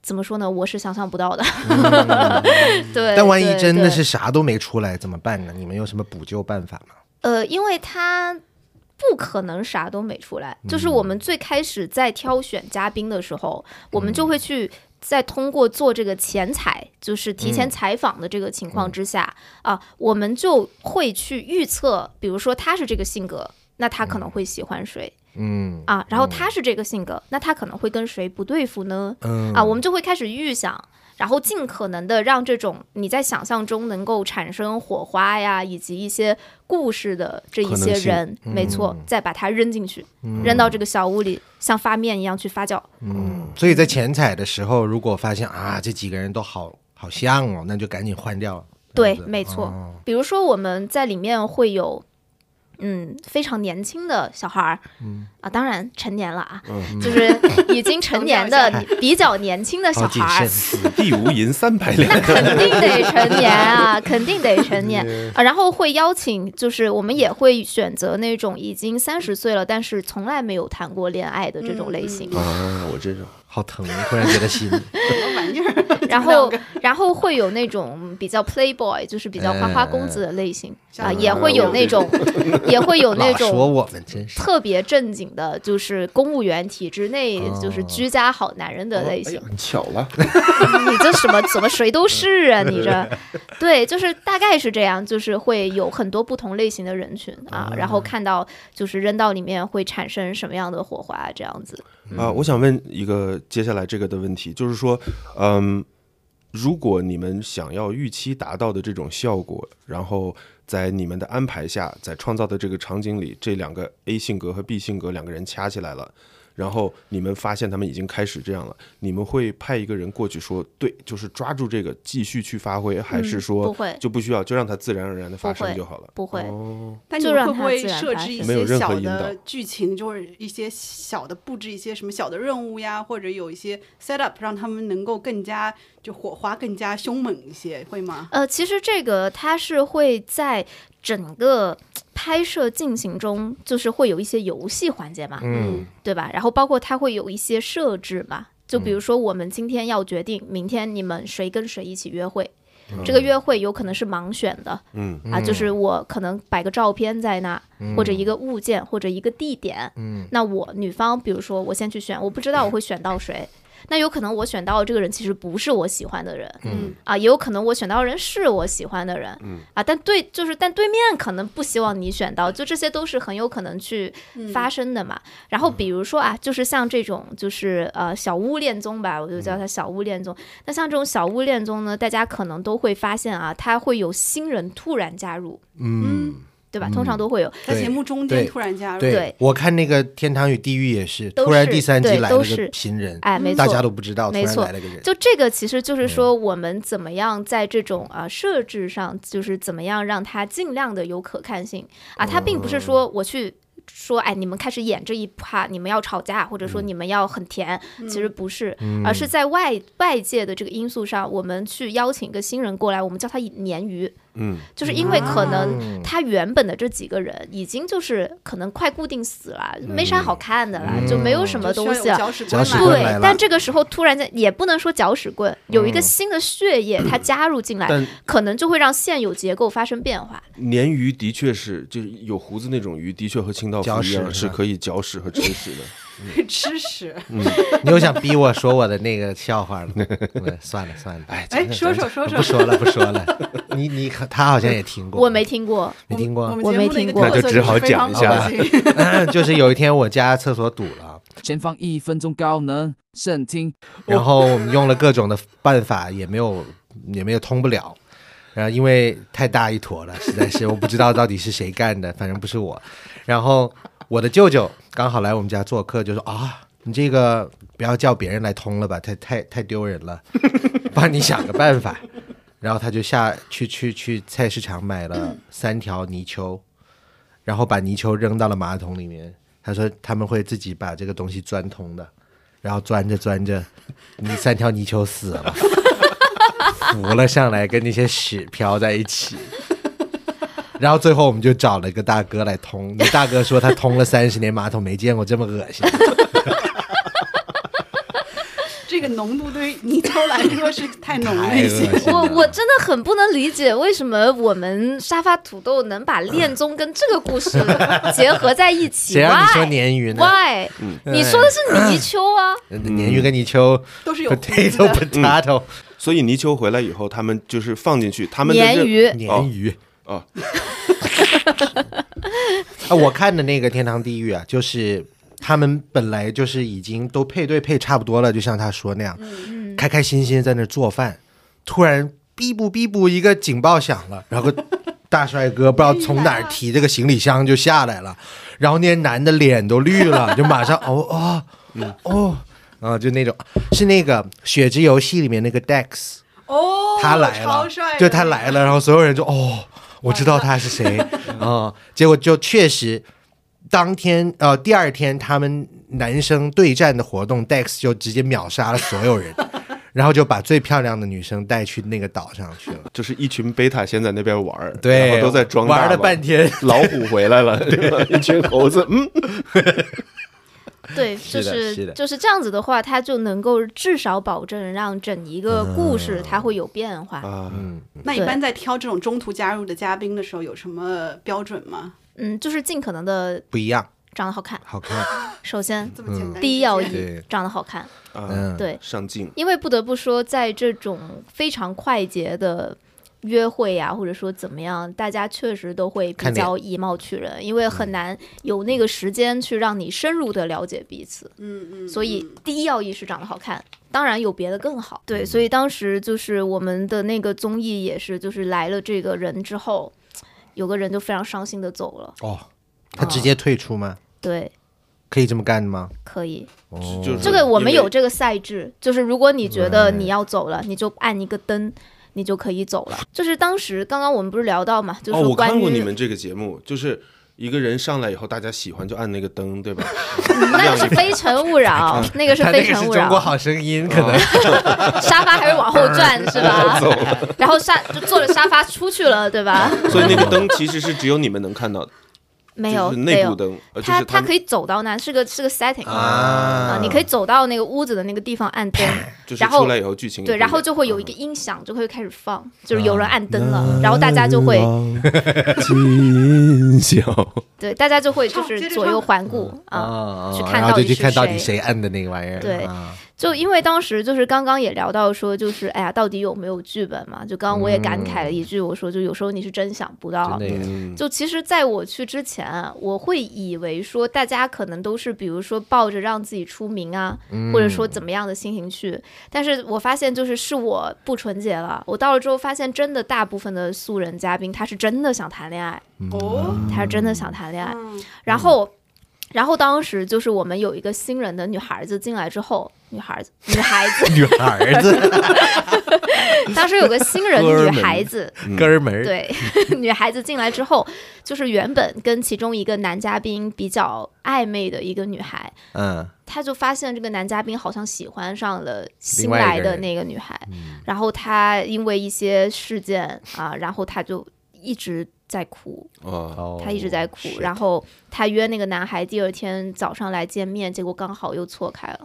B: 怎么说呢？我是想象不到的。 对，
D: 嗯但万一
B: 对
D: 真的
B: 对
D: 是啥都没出来怎么办呢？你们有什么补救办法吗？
B: 呃，因为它不可能啥
D: 嗯嗯
B: 都没出来。就是我们最开始在挑选嘉宾的时候，我们就会去在通过做这个前采，就是提
D: 嗯
B: 前采访的这个情况之下、啊，我们就会去预测，比如说他是这个性格，那他可能会喜欢谁。
D: 嗯
B: 啊，然后他是这个性格，那他可能会跟谁不对付呢？
D: 嗯
B: 啊，我们就会开始预想，然后尽可能的让这种你在想象中能够产生火花呀，以及一些故事的这一
C: 可能
B: 些
C: 性
B: 人，没错，再把它扔进去，扔到这个小屋里，像发面一样去发酵。
D: 嗯，所以在前采的时候，如果发现啊这几个人都好好像哦，那就赶紧换掉。
B: 对
D: 这，样子
B: 没错。比如说我们在里面会有，嗯，非常年轻的小孩儿，嗯啊，当然成年了啊，就是已经成年的比较年轻的小
D: 好谨
B: 孩
D: 慎，
B: 儿，
C: 此地无银三百两。
B: 肯定得成年啊，肯定得成年啊。然后会邀请，就是我们也会选择那种已经三十岁了，但是从来没有谈过恋爱的这种类型。
C: 啊，我这种
D: 好疼，突然觉得 心
E: 什么玩意儿？
B: 然后，然后会有那种比较 playboy，就是比较花花公子的类型
E: 哎
B: 啊，也会有那种，也会有那
D: 老说
B: 种。
D: 我们真是。
B: 特别正经的，就是公务员体制内，就是
D: 哦
B: 居家好男人的类型。
C: 你巧了，
B: 你这什么怎么谁都是啊？你这，对，就是大概是这样，就是会有很多不同类型的人群啊，然后看到就是扔到里面会产生什么样的火花，这样子。
C: 啊、我想问一个接下来这个的问题，就是说，嗯，如果你们想要预期达到的这种效果，然后在你们的安排下，在创造的这个场景里，这两个 A 性格和 B 性格两个人掐起来了。然后你们发现他们已经开始这样了，你们会派一个人过去说，对，就是抓住这个继续去发挥，还是说
B: 嗯不会
C: 就不需要，就让它自然而然的发
B: 不
C: 生
B: 会
C: 就好了？
B: 不会
C: 哦，
E: 但你
B: 就
E: 们
B: 让
E: 会不
B: 它
E: 会
B: 自然
E: 设
B: 发
E: 置一
C: 生没有
E: 些
C: 任
E: 小
C: 何引
E: 的
C: 导
E: 剧情，就是一些小的布置一些什么小的任务呀，或者有一些 set up，让他们能够更加就火花更加凶猛一些，会吗？
B: 呃，其实这个它是会在整个拍摄进行中，就是会有一些游戏环节嘛，
D: 嗯，
B: 对吧？然后包括它会有一些设置嘛，就比如说我们今天要决定明天你们谁跟谁一起约会。这个约会有可能是盲选的，
C: 嗯
B: 啊，就是我可能摆个照片在那，或者一个物件，或者一个地点，嗯，那我女方，比如说我先去选，我不知道我会选到谁，那有可能我选到的这个人其实不是我喜欢的人，
E: 嗯
B: 啊，也有可能我选到的人是我喜欢的人，嗯啊，但对，就是但对面可能不希望你选到，就这些都是很有可能去发生的嘛。
E: 嗯
B: 然后比如说啊，就是像这种就是呃小屋恋综吧，我就
E: 嗯
B: 叫它小屋恋综。那像这种小屋恋综呢，大家可能都会发现啊，它会有新人突然加入，
E: 嗯，
B: 对吧？通常都会有，
E: 在
D: 对
E: 节目中间
D: 对
E: 突然加入，
D: 对
B: 对，
D: 我看那个《天堂与地狱》也是，
B: 都
D: 突然
B: 是
D: 第三集
B: 对
D: 来
B: 都
D: 了
B: 是
D: 个新人，
B: 哎，没
D: 嗯大
B: 错，
D: 家都不知道，突
B: 没
D: 然
B: 错
D: 来了个人，
B: 就这个其实就是说，我们怎么样在这种啊设置上，就是怎么样让它尽量的有可看性啊，它并不是说我去。说，哎，你们开始演这一趴，你们要吵架，或者说你们要很甜，其实不是，而是在外外界的这个因素上，我们去邀请一个新人过来，我们叫他鲶鱼，
C: 嗯，
B: 就是因为可能他原本的这几个人已经就是可能快固定死了，没啥好看的了，就没有什么东西了，啊
E: 搅屎
D: 搅
E: 棍
D: 屎
E: 嘛
D: 棍来
B: 对
D: 了，
B: 但这个时候突然间也不能说搅屎棍，有一个新的血液它加入进来，
C: 但
B: 可能就会让现有结构发生变化。
C: 鲶鱼的确是，就是有胡子那种鱼，的确和清道夫
D: 搅
C: 一
D: 屎
C: 样，是
D: 是吧
C: 可以搅屎和吃屎的。
E: 吃屎。
D: 你又想逼我说我的那个笑 话了，嗯算了算了，哎，
E: 哎，说说说说
D: 不，说了不说了，你你可他好像也听过，
B: 我没听过，
D: 没听
E: 我们
D: 过，
E: 节目的一个
B: 我没
E: 特
B: 听过
E: 色
C: 那就只好
E: 是非常
C: 讲一下
E: 恶心
D: 就是有一天我家厕所堵了，
F: 前方一分钟高能圣经。
D: 然后我们用了各种的办法，也没有也没有通不了。然后因为太大一坨了，实在是我不知道到底是谁干的，反正不是我。然后我的舅舅刚好来我们家做客，就说啊，你这个不要叫别人来通了吧，太太太丢人了，帮你想个办法。然后他就下去去去菜市场买了三条泥鳅，然后把泥鳅扔到了马桶里面。他说他们会自己把这个东西钻通的，然后钻着钻着，你三条泥鳅死了， 浮了上来，跟那些屎飘在一起。然后最后我们就找了一个大哥来通，那大哥说他通了三十年马桶没见过这么恶心。
E: 这个浓度对于泥鳅来说是太浓了
D: 太
E: 一
D: 恶
E: 些
D: 心。了
B: 我我真的很不能理解，为什么我们沙发土豆能把恋综跟这个故事结合在一起
D: 谁让你说
B: ？Why？Why？
D: 鲶鱼呢？嗯
B: 你说的是泥鳅啊？
D: 鲶鱼跟泥鳅
E: 都是有胡子
D: ，potato
E: 的，
D: potato，
C: 所以泥鳅回来以后，他们就是放进去，他们的
B: 鲶
C: 任
B: 鱼，
D: 鲶鱼。
C: 哦，
D: 啊，我看的那个《天堂地狱》啊，就是他们本来就是已经都配对配差不多了，就像他说那样，开开心心在那做饭，突然哔不哔不一个警报响了，然后个大帅哥不知道从哪儿提着个行李箱就下来了，然后那些男的脸都绿了，就马上哦哦哦。啊，就那种是那个《雪之游戏》里面那个 Dex，
E: 哦，
D: 他来了
E: 超帅，的
D: 就他来了，然后所有人就哦，我知道他是 谁啊、结果就确实，当天呃第二天他们男生对战的活动，Dex 就直接秒杀了所有 人，然后就把最漂亮的女生带去那个岛上去了。
C: 就是一群贝塔先在那边玩儿，
D: 对，
C: 然后都在装大
D: 玩了
C: 嘛
D: 半天，
C: 老虎回来 了，对吧？一群猴子，嗯，
B: 对，
D: 是
B: 就
D: 的是
B: 是
D: 的
B: 就是这样子的话，它就能够至少保证让整一个故事它会有变化。
C: 啊，
E: 那一般在挑这种中途加入的嘉宾的时候，有什么标准吗？
B: 嗯，就是尽可能的
D: 不一样，
B: 长得好看。
D: 好看。
B: 首先，
E: 这么简单，
B: 嗯第一要
E: 直接
B: 义
D: 对，
B: 长得好看。
D: 嗯，
B: 对，
C: 上镜，
B: 因为不得不说，在这种非常快捷的约会呀、或者说怎么样，大家确实都会比
D: 看嗯脸
B: 较以貌取人，因为很难有那个时间去让你深入的了解彼此。
E: 嗯嗯，
B: 所以第一要义是长得好看，当然有别的更好。对，所以当时就是我们的那个综艺也是，就是来了这个人之后，有个人就非常伤心的走了。
D: 哦，他直接退出吗？
B: 对，
D: 可以这么干吗？
B: 可以，
D: 哦
C: 就是
B: 这个我们有
C: 因为
B: 这个赛制，就是如果你觉得你要走了，你就按一个灯。你就可以走了。就是当时刚刚我们不是聊到嘛，就
C: 哦，
B: 是
C: 我
B: 说关
C: 看
B: 于、
C: 过你 们这个节目，就是一个人上来以后，大家喜欢就按那个灯，对 吧？
B: 那个是《非诚勿扰》， 那个是
D: 他
B: 《
D: 那
B: 非
D: 个
B: 诚
D: 是
B: 勿
D: 中
B: 扰
D: 国》，好声音，可能
B: 沙发还会往后 转是吧？然后沙就坐着沙发出去了，对 吧？
C: 所以那个灯其实是只有你们能看到的，
B: 没有，
C: 就是
B: 没
C: 内
B: 有
C: 部。灯，呃，就
B: 它
C: 是
B: 它
C: 他
B: 可
C: 们
B: 以走到那，是个是个 setting
D: 啊
B: 哦你可以走到那个屋子的那个地方按灯，
C: 就是
B: 然后
C: 出来以后剧情也
B: 对，
C: 不一
B: 然后
C: 样
B: 就会有一个音响，就会开始放，就是有
C: 啊
B: 人按灯了，然后大家就会
C: 嗯
D: 嗯
C: 今宵，
B: 对，大家就会就
E: 唱哦接
B: 是
E: 着
B: 左右
E: 唱
B: 环顾啊，
D: 啊
B: 去，看
D: 然后
B: 到
D: 就
B: 底
D: 去
B: 是
D: 看到底
B: 谁
D: 谁按的那个玩意儿。
B: 对
D: 啊
B: 就因为当时就是刚刚也聊到说，就是哎呀，到底有没有剧本嘛？就刚刚我也感慨了一句，我说就有时候你是真想不到
D: 真，的耶
C: 嗯，
B: 嗯就其实在我去之前啊，我会以为说大家可能都是比如说抱着让自己出名啊，或者说怎么样的心情去，但是我发现就是是我不纯洁了。我到了之后发现，真的大部分的素人嘉宾他是真的想谈恋爱，
E: 哦，
B: 他是真的想谈恋爱。
E: 嗯
B: 然后，然后当时就是我们有一个新人的女孩子进来之后，女孩子，女孩 子，
D: 女孩子，
B: 当时有个新人
C: 哥
B: 女
C: 们
B: 孩子，
D: 哥们儿，
B: 对， 女孩子进来之后，就是原本跟其中一个男嘉宾比较暧昧的一个女孩，
D: 嗯，
B: 她就发现这个男嘉宾好像喜欢上了新
D: 另外一
B: 来
D: 个
B: 的
D: 人嗯
B: 那个女孩，然后她因为一些事件啊，然后她就一直在哭，
C: 哦，
D: 哦
B: 她一直在哭，然
D: 后
B: 后她约那个男孩第二天早上来见面，结果刚好又错开了。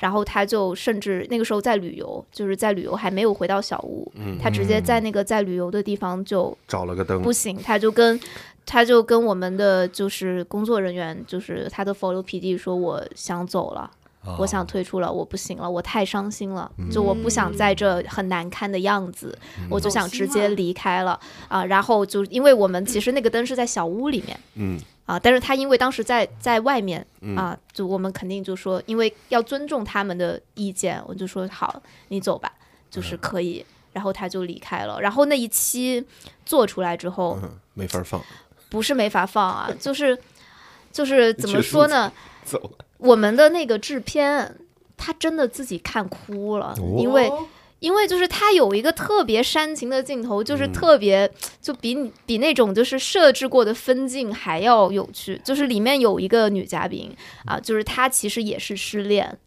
B: 然后她就甚至那个时候在旅游，就是在旅游还没有回到小屋，她直接在那个在旅游的地方就
C: 找了个灯
B: 不，行，他就跟他就跟我们的就是工作人员，就是他的 follow PD 说，我想走了。我想退出了，我不行了，我太伤心了，就我不想在这很难堪的样子，我就想直接离开了啊、然后就因为我们其实那个灯是在小屋里面，
C: 嗯
B: 啊，但是他因为当时在在外面啊，就我们肯定就说，因为要尊重他们的意见，我就说好，你走吧，就是可以。然后他就离开了。然后那一期做出来之后，
C: 嗯，没法放，
B: 不是没法放啊，就是就是怎么说呢？
C: 走了，
B: 我们的那个制片他真的自己看哭了，因为
E: 哦
B: 因为就是他有一个特别煽情的镜头，就是特别、就比你比那种就是设置过的分镜还要有趣。就是里面有一个女嘉宾啊，就是她其实也是失恋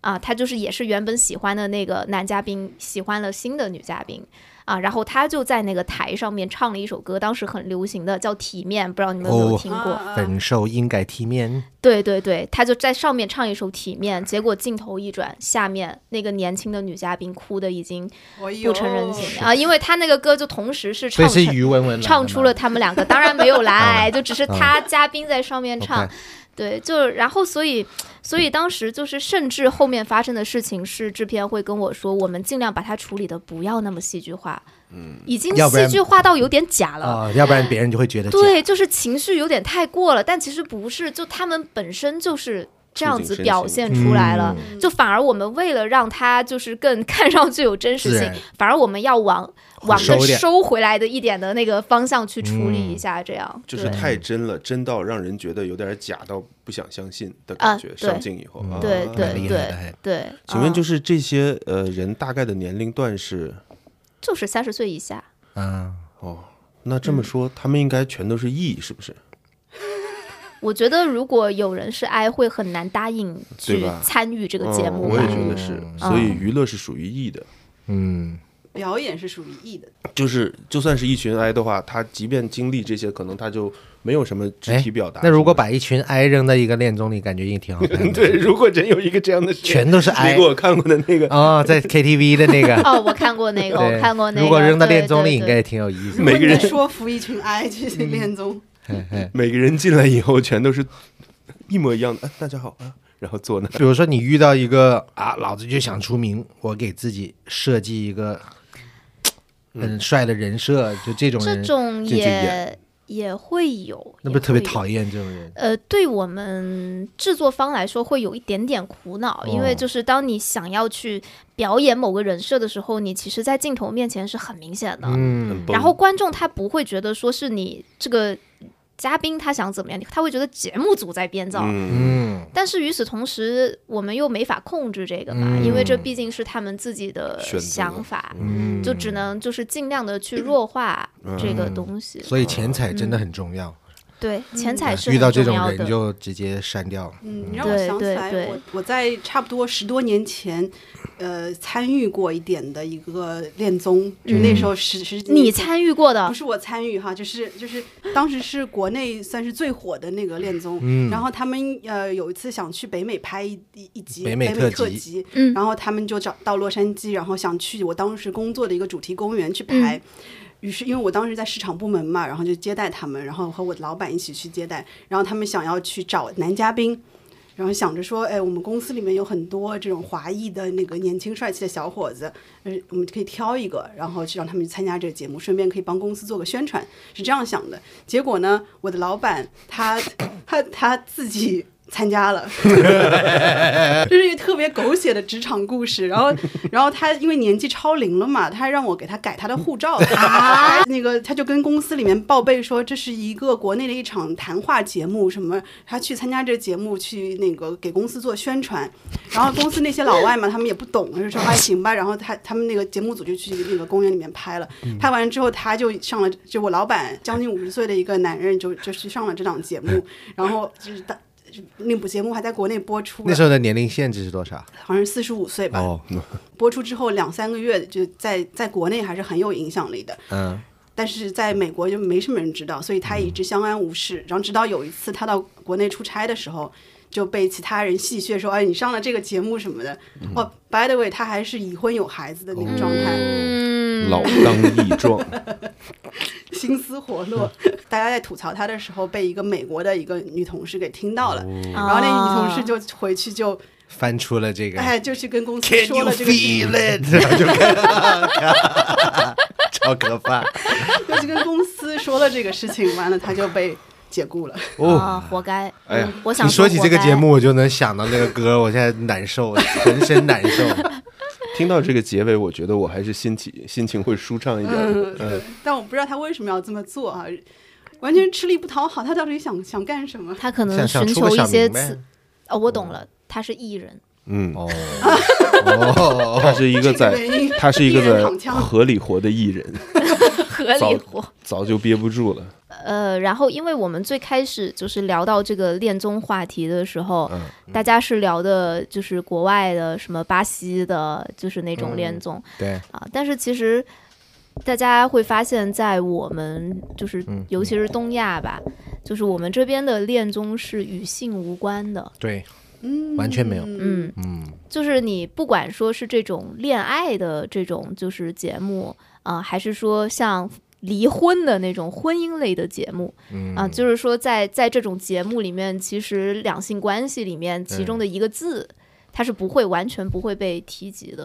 B: 啊，她就是也是原本喜欢的那个男嘉宾喜欢了新的女嘉宾。啊，然后他就在那个台上面唱了一首歌，当时很流行的叫《体面》，不知道你们有没有
D: 哦
B: 听过？
E: 啊
D: 粉瘦应该体面，
B: 对对对，他就在上面唱一首《体面》，结果镜头一转，下面那个年轻的女嘉宾哭的已经
E: 啊
B: 不成
E: 哦
B: 人形了啊，因为他那个歌就同时是
D: 所
B: 唱
D: 以是
B: 成
D: 于文文来的
B: 唱出
D: 吗
B: 了他们两个，当然没有来，就只是他嘉宾在上面
D: 啊
B: 唱
D: OK。
B: 对，就然后所以所以当时就是，甚至后面发生的事情是制片会跟我说，我们尽量把它处理的不要那么戏剧化，嗯，已经
D: 要不
B: 戏
D: 然
B: 剧化到有点假了。
D: 啊，要不然别人就会觉得假
B: 对，就是情绪有点太过了，但其实不是，就他们本身就是这样子表现出来了，
D: 嗯
B: 就反而我们为了让它就是更 看上去有真实
D: 自
B: 性
D: 然，
B: 反而我们要往往
D: 收
B: 更
D: 一点嗯
B: 收回来的一点的那个方向去处理一下，这样
C: 就是
B: 对
C: 太真了，真到让人觉得有点假到不想相信的
B: 啊
C: 感觉。
B: 对
C: 上镜以
D: 嗯
C: 后，啊
B: 对
D: 呃蛮
B: 对
D: 厉害的
B: 对
D: 还
B: 对，
C: 请问就是是这些呃人大概的年龄段是
B: 就是三十岁以下，
D: 嗯，
C: 哦？那这
B: 嗯
C: 么说，他们应该全都是 E 是不是？
B: 我觉得如果有人是 I，会很难答应
C: 对
B: 去
C: 吧
B: 参与这个节目
C: 嗯我
B: 吧
C: 也。觉得是，所以娱乐是属于 E 的，
E: 表演是属于 E 的，
C: 就是就算是一群 I 的话，他即便经历这些，可能他就没有什么肢体表达什么的。
D: 哎那如果把一群 I 扔在一个恋综里，感觉也挺好看 的。
C: 对， 如果真有一个这样的事，
D: 全都是 I
C: 你给我看过的那个，
D: 哦，在 KTV 的那 个，
B: 哦，我看过那个，我
D: 对
B: 看过那个。
D: 如果扔到
B: 对
D: 恋综
B: 对
D: 里，应
B: 对
D: 该也挺有意思的。
C: 每个人
E: 不能说服一群 I 去恋综，
D: 嘿嘿
C: 每个人进来以后全都是一模一样的。啊、大家好啊，然后坐那儿。
D: 比如说你遇到一个啊，老子就想出名，我给自己设计一个很帅的人设，就这种
B: 这
D: 人，
B: 种
C: 进去
B: 也也会有，
D: 那不是特别
B: 厌。
D: 讨厌这种人？
B: 呃，对我们制作方来说会有一点点苦恼，因
D: 哦
B: 为就是当你想要去表演某个人设的时候，你其实，在镜头面前是很明显的。
D: 嗯，
B: 然后观众他不会觉得说是你这个嘉宾他想怎么样，他会觉得节目组在编造。
C: 嗯，
B: 但是与此同时，我们又没法控制这个嘛，
D: 嗯
B: 因为这毕竟是他们自己的
C: 选择
B: 想法，
D: 嗯
B: 就只能就是尽量的去弱化这个东西。
D: 所以钱财真的很重要。
B: 对，钱财是
D: 啊遇到
B: 很
D: 这种
B: 重要
D: 人
B: 的。
D: 就直接删掉。
E: 嗯，你让我想起来，
B: 对对
E: 我我在差不多十多年前，呃，参与过一点的一个恋综，就那时候十十几年
B: 嗯你
E: 前
B: 参与过的
E: 不，是我参与哈，就是就是当时是国内算是最火的那个恋综，然后他们呃有一次想去北美拍一一一集
D: 北
E: 北
D: 美特
E: 特
D: 辑
E: 辑，
B: 嗯
E: 然后他们就找到洛杉矶，然后想去我当时工作的一个主题公园去拍。于是，因为我当时在市场部门嘛，然后就接待他们，然后和我老板一起去接待，然后他们想要去找男嘉宾，然后想着说，哎，我们公司里面有很多这种华裔的那个年轻帅气的小伙子，呃，我们可以挑一个，然后去让他们去参加这个节目，顺便可以帮公司做个宣传，是这样想的。结果呢，我的老板他他他自己。参加了，这是一个特别狗血的职场故事。然 后，然后他因为年纪超龄了嘛，他还让我给他改他的护照。啊， 那个他就跟公司里面报备说，这是一个国内的一场谈话节目，什么他去参加这个节目去那个给公司做宣传。然后公司那些老外嘛，他们也不懂，就说哎行吧。然后他他们那个节目组就去那个公园里面拍了，
D: 嗯
E: 拍完之后他就上了，就我老板将近五十岁的一个男人就就去上了这档节目，然后就是大。就那部节目还在国内播出了，
D: 那时候的年龄限制是多少？
E: 好像是四十五岁吧。
D: 哦，
E: 播出之后两三个月，就在在国内还是很有影响力的。
D: 嗯，
E: 但是在美国就没什么人知道，所以他一直相安无事。然后直到有一次他到国内出差的时候，就被其他人戏谑说：“哎，你上了这个节目什么的。
D: 嗯
E: 哦，by the way，他还是已婚有孩子的那个状态，
D: 哦
C: 老
E: 嗯
C: 当益壮，
E: 心思活络。
D: 嗯
E: 大家在吐槽他的时候，被一个美国的一个女同事给听到了，
D: 哦
E: 然后那个女同事就回去就
D: 翻出了这个。
E: 哎，就去跟公司
D: 哦 Can
E: 说
D: you
E: 了这个事情。
D: feel it？然后就看到 超可怕
E: 就去跟公司说了这个事情，完了他就被解雇了。
D: 哦！
B: 啊，活该。
C: 哎呀
B: 我想
D: 你说起
B: 活
D: 这个
B: 该
D: 节，目，我就能想到那个歌，我现在难受，浑身难 受。
C: 听到这个结尾，我觉得我还是心情心情会舒畅一点。嗯，
E: 但我不知道他为什么要这么做啊，完全吃力不讨好。他到底想想干什么？
B: 他可能
D: 想想
B: 寻
D: 出
B: 求
D: 个
B: 一
D: 小
B: 些
D: 明呗嗯
B: 词。。哦，我懂了，他是艺人。
D: 哦哦，
C: 嗯他是一个在
E: 嗯这个原因，
C: 他是一个
E: 艺人
C: 在
E: 躺枪
C: 河里活的艺人，
B: 合
C: 早
B: 理活。
C: 早就憋不住了。
B: 呃，然后因为我们最开始就是聊到这个恋综话题的时候，
D: 嗯
B: 大家是聊的就是
D: 嗯
B: 国外的什么巴西的，就是那种恋综
D: 对，
B: 啊、但是其实大家会发现，在我们就是
D: 嗯
B: 尤其是东亚吧，就是我们这边的恋综是与性无关的。
D: 对，
E: 嗯，
D: 完全没有
E: 嗯，
B: 嗯，
D: 嗯，
B: 就是你不管说是这种恋爱的这种就是节目啊、还是说像离婚的那种婚姻类的节目
D: 嗯
B: 啊、就是说在在这种节目里面，其实两性关系里面其中的一个字。它是不会完全不会被提及的，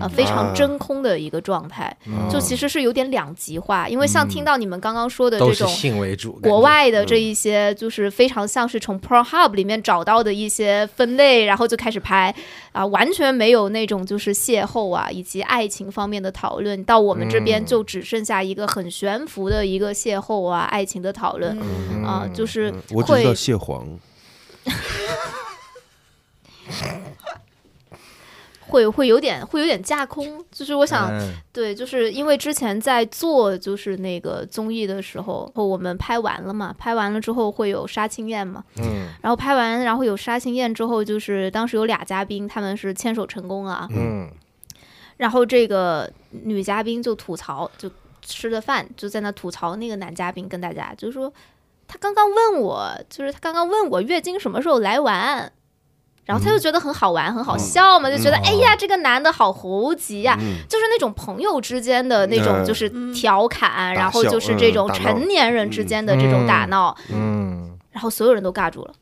B: 啊、非常
C: 啊
B: 真空的一个状态，
D: 嗯
B: 就其实是有点两极化，因为像听到你们刚刚说的
D: 都
B: 这
D: 是
B: 种
D: 性为主，感
B: 国
D: 觉嗯
B: 外的这一些就是非常像是从 Pornhub 里面找到的一些分类，然后就开始拍啊、完全没有那种就是邂逅啊以及爱情方面的讨论。到我们这边
D: 嗯
B: 就只剩下一个很悬浮的一个邂逅啊、爱情的讨论
D: 嗯
B: 啊、就是
C: 我只知道
B: 会
C: 蟹黄，
B: 会会有点会有点架空。就是我想
D: 嗯
B: 对，就是因为之前在做就是那个综艺的时候，我们拍完了嘛，拍完了之后会有杀青宴嘛，
D: 嗯
B: 然后拍完，然后有杀青宴之后，就是当时有俩嘉宾，他们是牵手成功了啊。
D: 嗯
B: 然后这个女嘉宾就吐槽，就吃着饭就在那吐槽那个男嘉宾，跟大家就说他刚刚问我，就是他刚刚问我月经什么时候来完。然
C: 嗯
B: 后他就觉得很好玩，很好笑嘛，就觉得、哎呀，这个男的好猴急呀、就是那种朋友之间的那种，
C: 嗯
B: 就是调侃，然后
C: 笑
B: 就是这种
C: 嗯打闹
B: 成年人之间的这种打闹，
D: 嗯
B: 然后所有人都尬住了。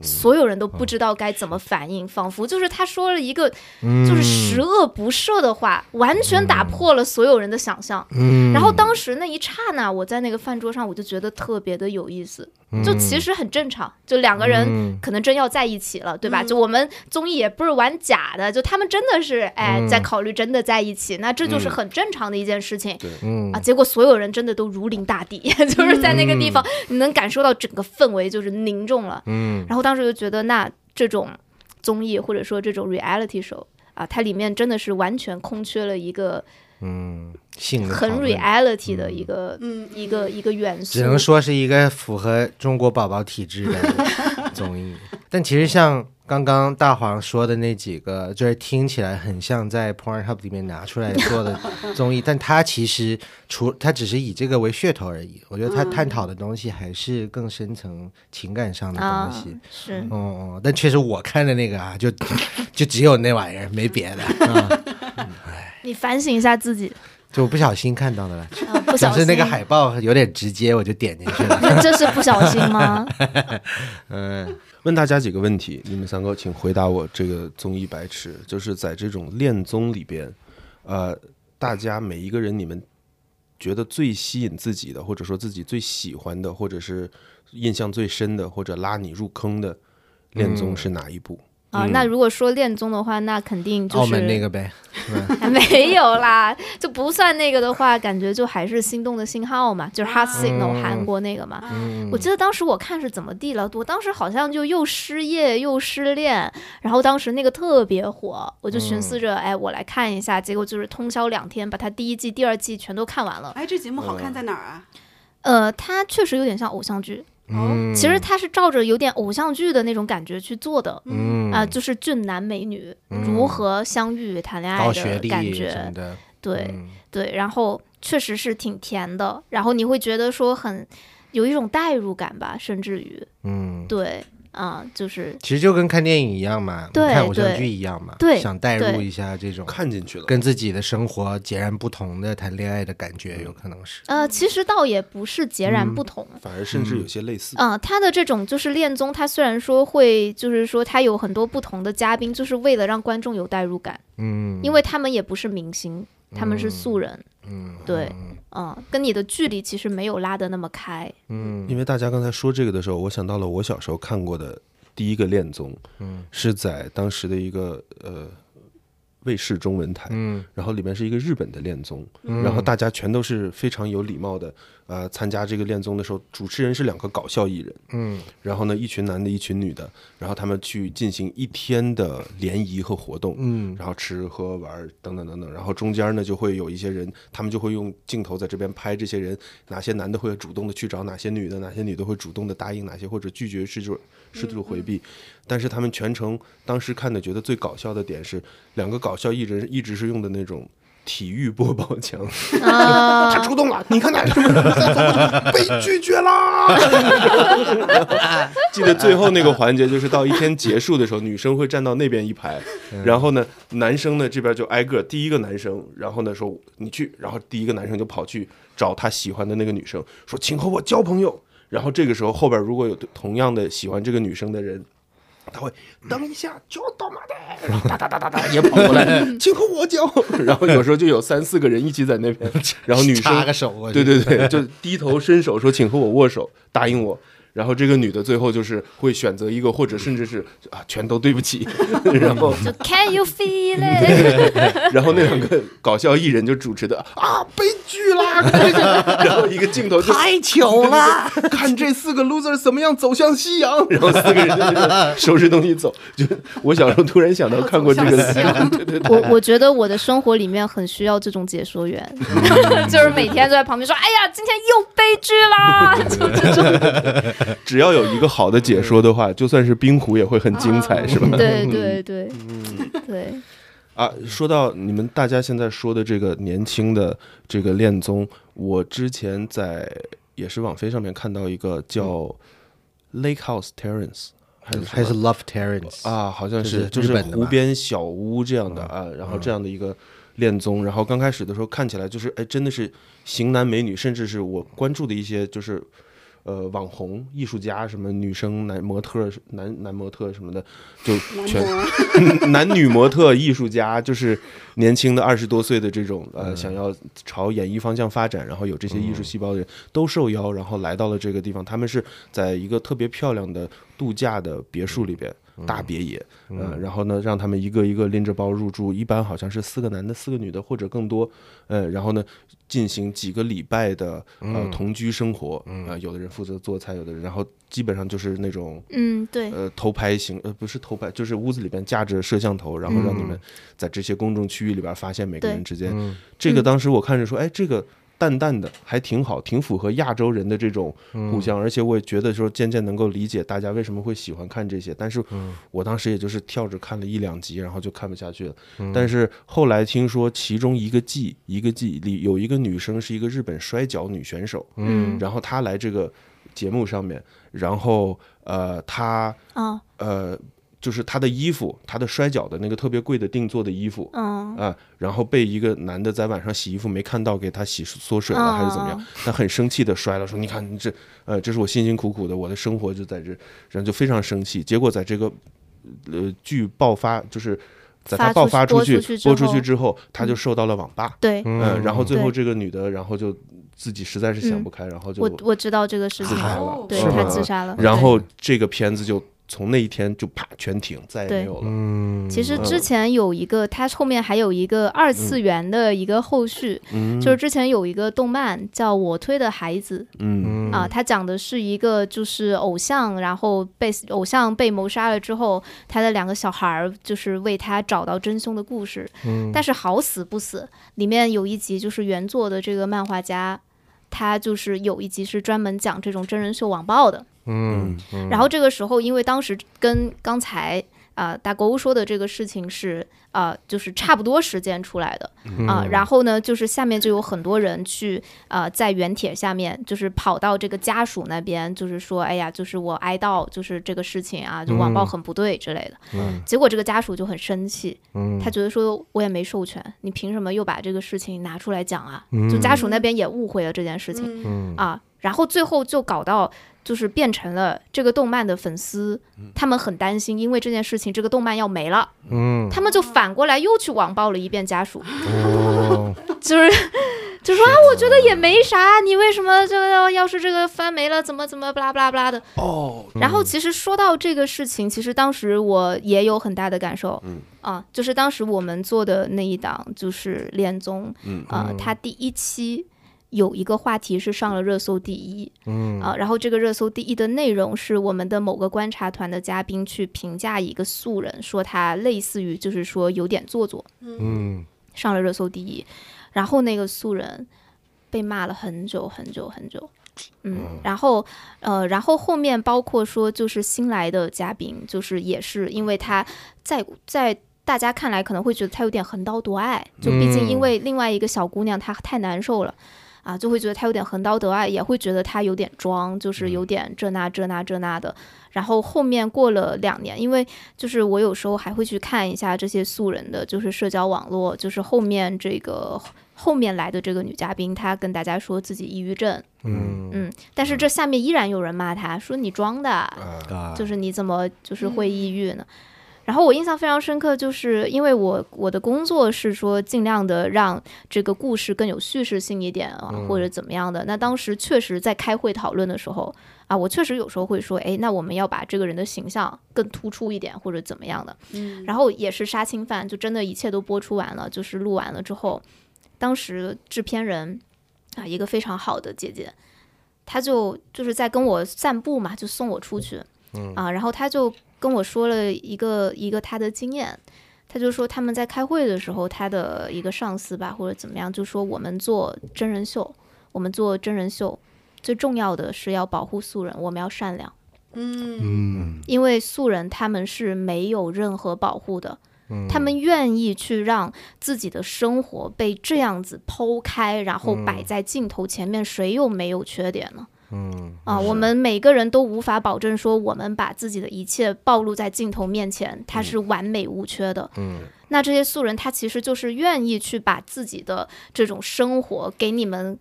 B: 所有人都不知道该怎么反
D: 嗯
B: 应，仿佛就是他说了一个就是十恶不赦的话，完全打破了所有人的想象。
D: 嗯，
B: 然后当时那一刹那，我在那个饭桌上，我就觉得特别的有意思。
D: 嗯
B: 就其实很正常，就两个人可能真要在一起了，对吧？
D: 嗯
B: 就我们综艺也不是玩假的，就他们真的是哎
D: 嗯
B: 在考虑真的在一起，那这就是很正常的一件事情。
D: 嗯
B: 啊，结果所有人真的都如临大敌， 就是在那个地方，你能感受到整个氛围就是凝重了。
D: 嗯
B: 然后当时就觉得，那这种综艺或者说这种 reality show 啊，它里面真的是完全空缺了一个
D: 嗯，性的
B: 很
D: 讨论
B: reality 的一个、
E: 嗯
B: 一个一个元素。
D: 只能说是一个符合中国宝宝体质 的综艺。但其实像刚刚大黄说的那几个，就是听起来很像在 Pornhub 里面拿出来做 的综艺，但它其实除它只是以这个为噱头而已。我觉
B: 嗯
D: 得它探讨的东西还是更深层情感上的
B: 啊
D: 东西。
B: 是
D: 哦、哦，但确实我看的那个啊，就 就只有那玩意儿，没别的啊，
B: 你反省一下自己，
D: 就我不小心看到的了。
B: 啊、不
D: 总
B: 小
D: 是
B: 心
D: 那 个海报有点直接，我就点进去了。
B: 那这是不小心 吗？
C: 问大家几个问题，你们三个请回答我这个综艺白痴，就是在这种恋综里边，呃，大家每一个人你们觉得最吸引自己的，或者说自己最喜欢的，或者是印象最深的，或者拉你入坑的恋综是哪一部？
B: 啊，那如果说恋综的话，那肯定 就
D: 嗯
B: 是
D: 澳门那个呗，
B: 还没有啦，就不算那个的话，感觉就还是心动的信号嘛，就是 Heart Signal、韩
D: 嗯
B: 国那个嘛。我记得当时我看是怎么地了，我当时好像就又失业又失恋，然后当时那个特别火，我就寻思
D: 嗯
B: 着，哎，我来看一下，结果就是通宵两天把它第一季、第二季全都看完了。
E: 哎，这节目好看在哪儿啊？
B: 呃，它确实有点像偶像剧，
D: 嗯
E: 哦，
B: 其实它是照着有点偶像剧的那种感觉去做的。
D: 嗯
B: 啊、就是俊男美女如何相遇、谈恋爱
D: 高学
B: 的
D: 历
B: 感
D: 什
B: 觉
D: 么，的，
B: 对，
D: 嗯
B: 对，然后确实是挺甜的，然后你会觉得说很有一种代入感吧，甚至于
D: 嗯，
B: 对啊、就是
D: 其实就跟看电影一样嘛，
B: 对
D: 看偶像
B: 对
D: 剧一样嘛，
B: 对
D: 想代入
B: 对
D: 一下这种
C: 看进去了，
D: 跟自己的生活截然不同的谈恋爱的感觉，有可能是，
B: 呃，其实倒也不是截然不同。
C: 反而甚至有些类似。
B: 嗯，他的这种就是恋综，他虽然说会，就是说他有很多不同的嘉宾，就是为了让观众有代入感，
D: 嗯，
B: 因为他们也不是明星，他们是素人，嗯，对，嗯，跟你的距离其实没有拉得那么 开，
C: 因为大家刚才说这个的时候，我想到了我小时候看过的第一个恋综，嗯，是在当时的一个呃卫视中文台，嗯，然后里面是一个日本的恋综，然后大家全都是非常有礼貌的，呃，参加这个恋综的时候，主持人是两个搞笑艺人，嗯，然后呢，一群男的，一群女的，然后他们去进行一天的联谊和活动，嗯，然后吃喝玩儿等等等等，然后中间呢就会有一些人，他们就会用镜头在这边拍这些人，哪些男的会主动的去找哪些女的，哪些女的会主动的答应哪些或者拒绝，试图试图回避，但是他们全程当时看的觉得最搞笑的点是，两个搞笑艺人一直是用的那种体育播报墙，他
B: 啊，
C: 出动了，你看他什么被拒绝 啦。记得最后那个环节就是到一天结束的时候，女生会站到那边一排，然后呢，男生呢这边就挨个第一个男生，然后呢说你去，然后第一个男生就跑去找他喜欢的那个女生，说请和我交朋友。然后这个时候后边如果有同样的喜欢这个女生的人，他会等一下，就到马的，然后哒哒哒哒 哒也跑过来，请和我交。然后有时候就有三四个人一起在那边，然后女 生
D: 插个手过去，
C: 对对对，就低头伸手说请和我握手，答应我。然后这个女的最后就是会选择一个，或者甚至是啊，全都对不起。然后，
B: 就 Can you feel it？
C: 然后那两个搞笑艺人就主持的啊，悲剧啦！悲剧啦然后一个镜头就
D: 太糗
B: 啊
D: 了，
C: 看这四个 loser 怎么样走向夕阳，然后四个人就在那收拾东西走。就我小时候突然想到看过这个，对对对，
B: 我我觉得我的生活里面很需要这种解说员， 就是每天都在旁边说：“哎呀，今天又悲剧啦！”就这种，
C: 只要有一个好的解说的话，就算是冰壶也会很精彩，是吧？
B: 对对对
C: 嗯
B: 对，
C: 啊，说到你们大家现在说的这个年轻的这个恋综，我之前在也是网飞上面看到一个叫 Lake House Terrace，还是
D: 嗯还
C: 什
D: 是
C: 么
D: Love Terrence
C: 啊，好像
D: 就是
C: 是就
D: 日
C: 是
D: 本的吧嗯
C: 湖边小屋这样的啊，然后这样的一个恋综，然后刚开始的时候看起来就是哎，真的是型男美女，甚至是我关注的一些就是。呃，网红、艺术家什么女生、男模特、男男模特什么的，就全
E: 男模
C: 男女模特、艺术家，就是年轻的二十多岁的这种呃，想要朝演艺方向发展，然后有这些艺术细胞的人，都受邀，然后来到了这个地方。他们是在一个特别漂亮的度假的别墅里边，大别野，呃，然后呢，让他们一个一个拎着包入住，一般好像是四个男的、四个女的或者更多，呃，然后呢，进行几个礼拜的呃同居生活，啊，有的人负责做菜，有的人，然后基本上就是那种。
B: 嗯对，
C: 呃，偷拍型，呃，不是偷拍，就是屋子里边架着摄像头，然后让你们在这些公众区域里边发现每个人
B: 嗯对嗯
C: 之间。这个当时我看着说，哎，这个淡淡的还挺好，挺符合亚洲人的这种互相，而且我也觉得说渐渐能够理解大家为什么会喜欢看这些。但是我当时也就是跳着看了一两集，然后就看不下去了。但是后来听说其中一个季一个季里有一个女生是一个日本摔跤女选手，
B: 嗯
C: 然后她来这个节目上面，然后呃她。
B: 啊
C: 呃，就是他的衣服，他的摔跤的那个特别贵的定做的衣服。
B: 嗯
C: 啊，然后被一个男的在晚上洗衣服没看到，给他洗缩水了
B: 嗯
C: 还是怎么样？他很生气的摔了，说：“你看你这，呃，这是我辛辛苦苦的，我的生活就在这。”然后就非常生气。结果在这个呃剧爆发，就是在他
B: 发出
C: 爆
B: 去
C: 发
B: 播
C: 出去
B: 出去之
C: 播出
B: 后
C: 去之后，嗯他就受到了网霸。
B: 对，
C: 嗯，然后最后
B: 对
C: 这个女的，然后就自己实在是想
B: 嗯
C: 不开，然后就
B: 我我知道这个事情
C: 自，杀了
E: 哦。
B: 对
C: 嗯
B: 他自杀了。
C: 然后这个片子就从那一天就啪全停，再也没有了。
D: 嗯，
B: 其实之前有一个，它后面还有一个二次元的一个后续，
D: 嗯
B: 就是之前有一个动漫叫《我推的孩子》
C: 嗯
B: 啊，它讲的是一个就是偶像，然后被偶像被谋杀了之后，他的两个小孩儿就是为他找到真凶的故事。
D: 嗯
B: 但是好死不死，里面有一集就是原作的这个漫画家。他就是有一集是专门讲这种真人秀网暴的，
D: 嗯，
B: 然后这个时候，因为当时跟刚才啊、呃大狗说的这个事情是啊、呃就是差不多时间出来的啊、然后呢，就是下面就有很多人去啊在原帖下面就是跑到这个家属那边，就是说，哎呀，就是我哀悼，就是这个事情啊，就网暴很不对之类的。结果这个家属就很生气，他觉得说我也没授权，你凭什么又把这个事情拿出来讲啊？就家属那边也误会了这件事情。
E: 嗯，
B: 啊，然后最后就搞到就是变成了这个动漫的粉丝，他们很担心，因为这件事情这个动漫要没了，嗯，他们就反过来又去网暴了一遍家属，
D: 嗯
B: 就是。就说啊，我觉得也没啥，你为什么这个要是这个番没了，怎么怎么不拉不拉不拉的？
C: 哦，
B: 然后其实说到这个事情，其实当时我也有很大的感受，嗯啊，就是当时我们做的那一档就是恋综，
C: 嗯
B: 啊，它第一期有一个话题是上了热搜第一，嗯啊，然后这个热搜第一的内容是我们的某个观察团的嘉宾去评价一个素人，说他类似于就是说有点做作，
D: 嗯，
B: 上了热搜第一，然后那个素人被骂了很久很久很久。嗯，然后，呃，然后后面包括说，就是新来的嘉宾，就是也是因为他在在大家看来可能会觉得他有点横刀夺爱，就毕竟因为另外一个小姑娘她太难受了。啊，就会觉得他有点横刀夺爱，也会觉得他有点装，就是有点这那这那这那的。然后后面过了两年，因为就是我有时候还会去看一下这些素人的，就是社交网络，就是后面这个后面来的这个女嘉宾，她跟大家说自己抑郁症，
C: 嗯
B: 嗯，但是这下面依然有人骂她，说你装的啊，
D: 啊，
B: 就是你怎么就是会抑郁呢？然后我印象非常深刻，就是因为我我的工作是说尽量的让这个故事更有叙事性一点啊，或者怎么样的。那当时确实在开会讨论的时候啊，我确实有时候会说，哎，那我们要把这个人的形象更突出一点，或者怎么样的。
E: 嗯
B: 然后也是杀青饭，就真的一切都播出完了，就是录完了之后，当时制片人啊，一个非常好的姐姐，她就就是在跟我散步嘛，就送我出去，啊，然后她就跟我说了一个一个她的经验。她就说他们在开会的时候，她的一个上司吧，或者怎么样，就说我们做真人秀，我们做真人秀，最重要的是要保护素人，我们要善良。
E: 嗯
B: 因为素人他们是没有任何保护的，他们愿意去让自己的生活被这样子剖开，然后摆在镜头前面，谁又没有缺点呢？嗯啊，我们每个人都无法保证说我们把自己的一切暴露在镜头面前，它是完美无缺的。嗯，那这些素人他其实就是愿意去把自己的这种生活给你们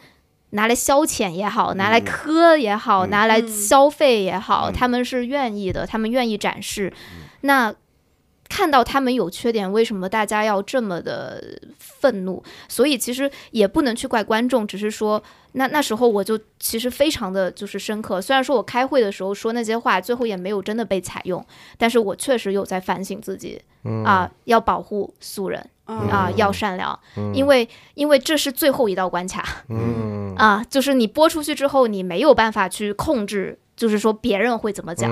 B: 拿来消遣也好，拿来磕也好，拿来消费也好，他们是愿意的，他们愿意展示。那看到他们有缺点，为什么大家要这么的愤怒？所以其实也不能去怪观众，只是说那那时候我就其实非常的就是深刻。虽然说我开会的时候说那些话，最后也没有真的被采用，但是我确实有在反省自己、啊，要保护素人。
E: 嗯
B: 啊，要善良，因为因为这是最后一道关卡，嗯 啊，就是你播出去之后，你没有办法去控制，就是说别人会怎么讲、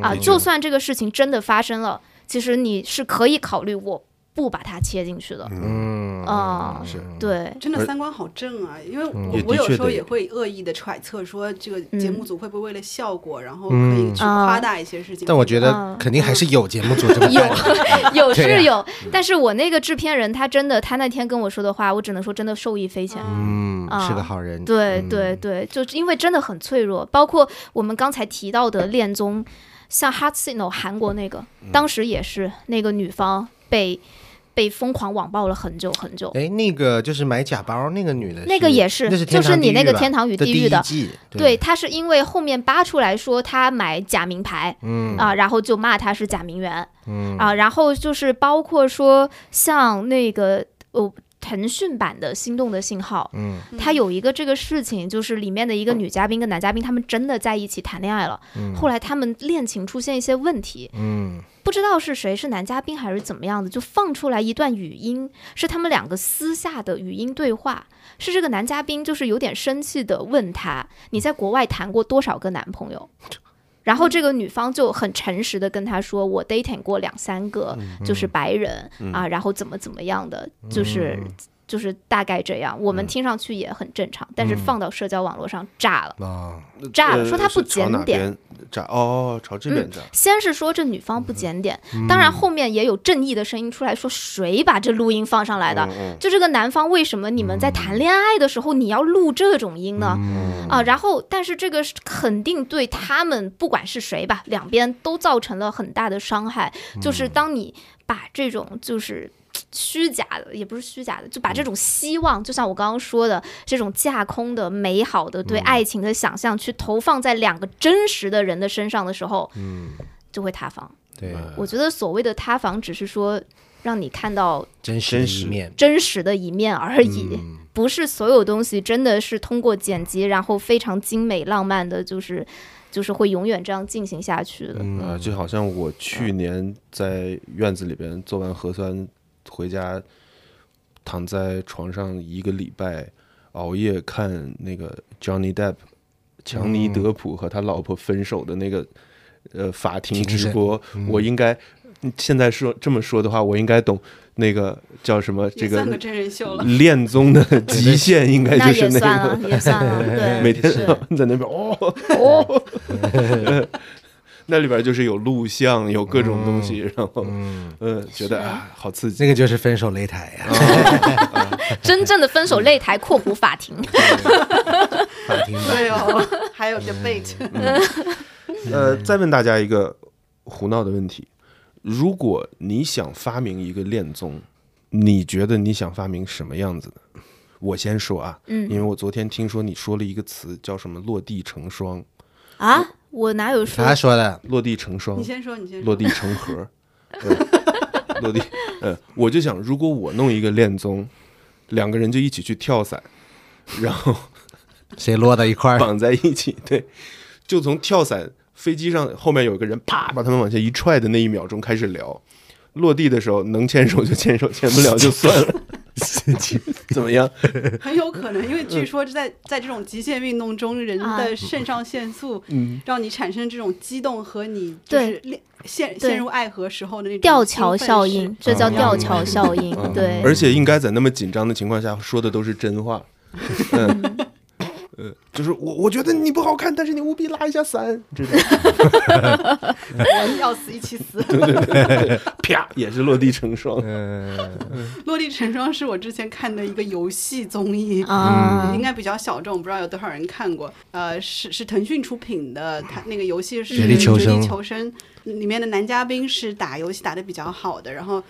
B: 啊，就算这个事情真的发生了，其实你是可以考虑我不把它切进去的，嗯啊，
C: 是
B: 对，
E: 真的三观好正啊！因为我
C: 也的
E: 我有
C: 确
E: 时候
C: 得
E: 也会恶意的揣测说，这个节目组会不会为了效果，然后
D: 嗯
E: 可以去
B: 啊
E: 夸大一些事情？
D: 但我觉
B: 嗯
D: 得肯定还是有节目组这么干的，
B: 有
D: 对啊
B: 是有，但是我那个制片人他真的，他那天跟我说的话，我只能说真的受益匪浅。
D: 嗯，
B: 啊
D: 是个好人，
B: 对
D: 嗯
B: 对对，就是因为真的很脆弱，包括我们刚才提到的恋综，像《Heart Signal》韩国那个，当时也是那个女方被被疯狂网暴了很久很久。
D: 哎，那个就是买假包那个女的，
B: 那个也是
D: 是，那
B: 就是你那个天堂与地
D: 地
B: 狱的
D: 第一季
B: 对，，她是因为后面扒出来说她买假名牌，嗯啊，然后就骂她是假名媛，嗯啊，然后就是包括说像那个呃腾讯版的《心动的信号》，嗯，它有一个这个事情，就是里面的一个女嘉宾跟男嘉宾他们真的在一起谈恋爱了，后来他们恋情出现一些问题，
D: 嗯
B: 不知道是谁是男嘉宾还是怎么样的，就放出来一段语音，是他们两个私下的语音对话。是这个男嘉宾就是有点生气的问他：“你在国外谈过多少个男朋友？”然后这个女方就很诚实的跟他说：“我 dating 过两三个，
C: 嗯
B: 就是白人、啊，然后怎么怎么样的，就是、
C: 嗯
B: 就是大概这样。”我们听上去也很正常，但是放到社交网络上炸了。
D: 啊，
B: 炸
C: 嗯
B: 了
C: 呃
B: 说他不
C: 是朝
B: 检
C: 哪
B: 点
C: 边炸哦，朝这边炸，
B: 先是说这女方
C: 嗯
B: 不检点，当然后面也有正义的声音出来说，谁把这录音放上来的？
C: 嗯
B: 就这个男方为什么你们在谈恋爱的时候你要录这种音呢？啊，然后但是这个是肯定对他们不管是谁吧，两边都造成了很大的伤害。就是当你把这种就是。虚假的也不是虚假的，就把这种希望，就像我刚刚说的，这种架空的、美好的对爱情的想象，去投放在两个真实的人的身上的时候，就会塌房。
D: 对，
B: 我觉得所谓的塌房，只是说让你看到
D: 真实的
C: 真
D: 一
C: 实
D: 面，
B: 真实的一面而已，
C: 嗯
B: 不是所有东西真的是通过剪辑，然后非常精美浪漫的，就是就是会永远这样进行下去的。
C: 啊，就好像我去年在院子里边做完核酸回家，躺在床上一个礼拜，熬夜看那个 Johnny Depp 强尼德普和他老婆分手的那个呃法庭
D: 庭
C: 直
D: 审
C: 播，我应该。现在说这么说的话，我应该懂那个叫什么这
E: 也
C: 个嗯
E: 算个真人秀了。
C: 恋综的 极限，应该
B: 那
C: 就是
B: 也
C: 那
B: 算啊
C: 个
B: 了，也算了，对，
C: 每天
B: 是
C: 在那边哦哦， 那里边就是有录像，有各种东西，然后嗯，觉得啊，好刺 激。啊
D: 那个就是分手擂台呀、
B: 真正的分手擂台（括弧法庭
D: 法庭版。
E: 对哦，还有 debate，
C: 呃，再问大家一个胡闹的问题：如果你想发明一个恋综，你觉得你想发明什么样子的？我先说啊，嗯，因为我昨天听说你说了一个词叫什么“落地成霜”，”
B: 啊？我哪有说
D: 他说的，
C: 落地成霜
E: 你，先说，你先说
C: 落地成盒，呃 落地。呃，我就想，如果我弄一个恋综，两个人就一起去跳伞，然后
D: 谁落到一块儿？
C: 绑在一起，对，就从跳伞飞机上后面有个人啪把他们往下一踹的那一秒钟开始聊，落地的时候能牵手就牵手，牵不了就算了， 怎么样？
E: 很有可能，因为据说在在这种极限运动中，人
B: 啊
E: 的肾上腺素让你产生这种激动和你就
B: 对
E: 是恋陷
B: 对
E: 陷入爱河时候的那种
B: 吊桥
E: 兴奋
B: 效
E: 是
B: 应，这叫吊桥效应。对，
C: 嗯而且应该在那么紧张的情况下说的都是真话，嗯。呃，就是我，我觉得你不好看，但是你务必拉一下伞，这种
E: 我要死一起死。
C: 啪也是落地成霜。
E: 落地成霜是我之前看的一个游戏综艺。
B: 啊
D: 嗯
E: 应，该比较小众，不知道有多少人看过。呃，是是腾讯出品的，它那个游戏是《
D: 绝地求生
E: 绝地求生里面的男嘉宾是打游戏打得比较好的，然后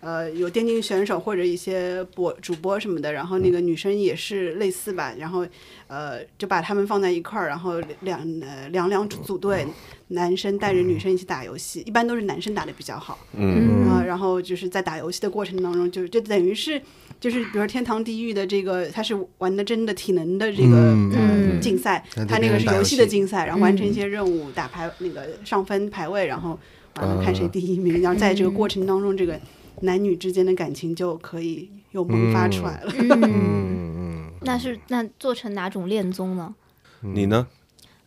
E: 呃有电竞选手或者一些播主播什么的，然后那个女生也是类似吧，然后呃就把他们放在一块儿，然后两呃两两组队，男生带着女生一起打游戏，一般都是男生打得比较好。
B: 嗯
E: 啊，然后就是在打游戏的过程当中，就就等于是就是比如说天堂地狱的这个，它是玩的真的体能的这个、
D: 嗯
E: 呃
B: 嗯
E: 竞赛，
D: 那
E: 它
D: 就
E: 那
D: 变
E: 个
D: 成
E: 是
D: 打游
E: 游
D: 戏
E: 戏的竞赛，然后完成一
D: 嗯
E: 些任务，打排那个上分排位，然后完了看谁第一名，然后在这个过程当中，这个男女之间的感情就可以又萌发出来了。
B: 嗯，
D: 嗯
B: 那是那做成哪种恋综呢？
C: 你呢？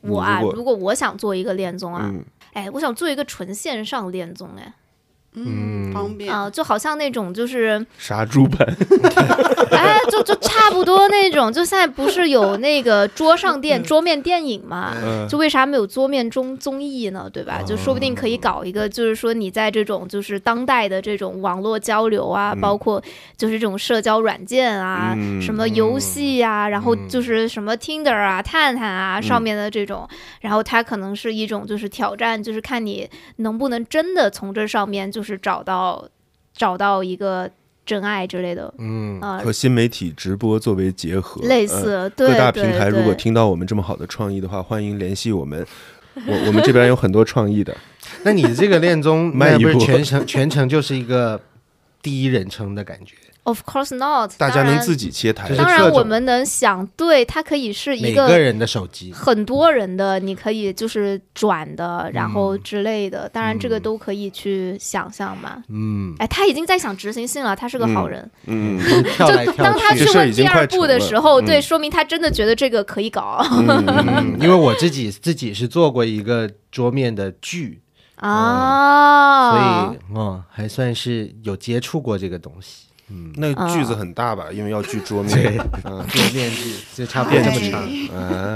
B: 我啊，
C: 嗯你如果
B: 如果我想做一个恋综啊
C: 嗯，
B: 哎，我想做一个纯线上恋综，哎，
E: 嗯， 方便。
B: 啊，就好像那种就是
C: 杀猪盘，
B: 哎，就就差不多那种。就现在不是有那个桌上电、桌面电影嘛？
C: 嗯
B: 就为啥没有桌面综综艺呢？对吧？就说不定可
C: 哦
B: 以搞一个，就是说你在这种就是当代的这种网络交流啊，包括就是这种社交软件啊，
C: 嗯
B: 什么游戏啊，然后就是什么 Tinder 啊、探探啊
C: 嗯
B: 上面的这种，然后它可能是一种就是挑战，就是看你能不能真的从这上面就是找到找到一个真爱之类的。
D: 嗯，
B: 啊、
C: 和新媒体直播作为结合，
B: 类
C: 嗯
B: 似，对
C: 各大平
B: 对
C: 台
B: 对
C: 如果听到我们这么好的创意的话，欢迎联系我们。我我们这边有很多创意的，
D: 那你这个恋 综，
C: 迈
D: 那
C: 一
D: 不是
C: 步
D: 全程全程就是一个第一人称的感觉，
B: ，of course not，
C: 大家
B: 当然
C: 能自己切台
D: 就。是
B: 当
D: 各
B: 然
D: 种
B: 我们能想，对，它可以是一
D: 每个人的手机。
B: 很多人的，你可以就是转的，然
C: 嗯
B: 后之类的，当然这个都可以去想象嘛。
D: 嗯，
B: 哎，他已经在想执行性了，他是个好人。
C: 嗯，
D: 跳来
B: 就当
D: 跳
B: 他
D: 去
C: 这
B: 去
C: 事儿
B: 问
C: 已经
B: 第
C: 快
B: 二
C: 成
B: 步的
C: 了
B: 时候，
C: 嗯
B: 对，说明他真的觉得这个可以搞
D: 嗯，因为我自己自己是做过一个桌面的剧，所
B: 啊
D: 以。哦，还算是有接触过这个东西。
C: 那句
B: 嗯
C: 子很大吧？因为要锯桌面。嗯，
D: 桌啊面剧就差不多
C: 变
D: 这
C: 成
D: 么长。
C: 啊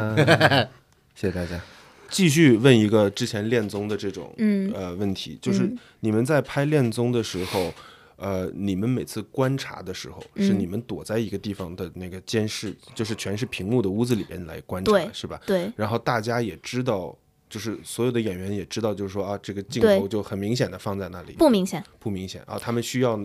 C: 谢谢大家。继续问一个之前恋综的这种
B: 嗯
C: 呃问题，就是你们在拍恋综的时候，呃，你们每次观察的时候，
B: 嗯
C: 是你们躲在一个地方的那个监视，就是全是屏幕的屋子里边来观察
B: 对，
C: 是吧？
B: 对，
C: 然后大家也知道，就是所有的演员也知道，就是说啊，这个镜
B: 对
C: 头就很明显的放在那里，
B: 不明显。
C: 不明显啊，他们需要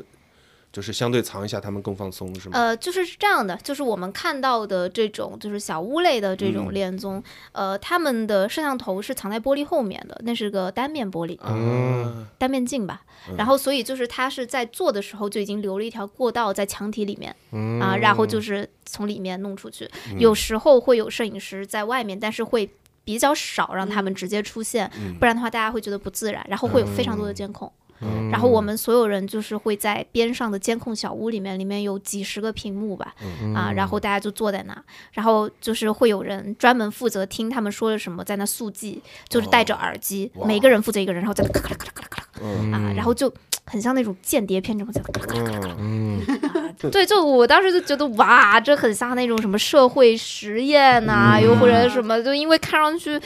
C: 就是相对藏一下，他们更放松，是吗？
B: 呃，就是是这样的，就是我们看到的这种就是小屋类的这
C: 嗯
B: 种恋综，呃，他们的摄像头是藏在玻璃后面的，那是个单面玻璃，
C: 啊，
B: 单面镜吧。
C: 嗯
B: 然后，所以就是他是在做的时候就已经留了一条过道在墙体里面、
C: 嗯
B: 啊，然后就是从里面弄出去。有时候会有摄影师在外面，但是会。比较少让他
C: 嗯
B: 们直接出现，不然的话大家会觉得不自然，然后会有非常多的监控。然后我们所有人就是会在边上的监控小屋里面，里面有几十个屏幕吧，啊，然后大家就坐在那，然后就是会有人专门负责听他们说了什么，在那速记，就是戴着耳机，每个人负责一个人，然后在那咔啦咔啦咔啦咔啦啊，然后就很像那种间谍片这种在那咔啦咔啦咔啦咔啦。啊对，就我当时就觉得哇，这很像那种什么社会实验呐、又或者什么，就因为看上去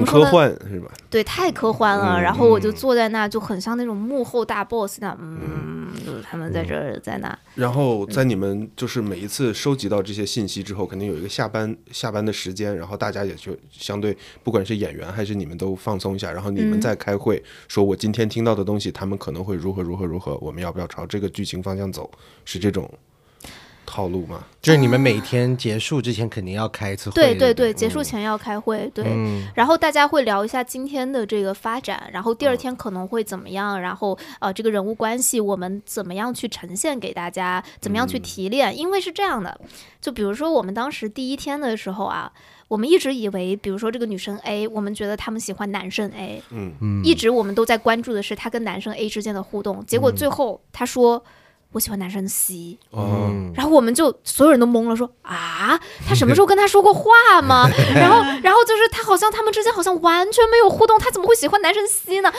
C: 很
B: 么说
C: 科
B: 呢
C: 幻是吧？
B: 对，太科幻了。然后我就坐在那，就很像那种幕后大 boss 那，嗯，就是他们在这儿，在那。
C: 然后在你们就是每一次收集到这些信息之后，肯定有一个下班下班的时间，然后大家也就相对，不管是演员还是你们都放松一下，然后你们再开会，说我今天听到的东西，他们可能会如何如何如何，我们要不要朝这个剧情方向走？是这种套路吗？
D: 就是你们每天结束之前肯定要开一嗯次会，
B: 对
D: 对
B: 对
D: 不
B: 对，结束前要开会，对。然后大家会聊一下今天的这个发展，然后第二天可能会怎么样，然后呃，这个人物关系我们怎么样去呈现给大家，怎么样去提炼？因为是这样的，就比如说我们当时第一天的时候啊。我们一直以为，比如说这个女生 A，我们觉得他们喜欢男生 A，
C: 嗯
B: 嗯，一直我们都在关注的是她跟男生 A 之间的互动。结果最后她说，我喜欢男生 C，
C: 哦，
D: 嗯
B: 然后我们就所有人都懵了说，啊，他什么时候跟他说过话吗？然后，然后就是他好像他们之间好像完全没有互动，他怎么会喜欢男神 C 呢？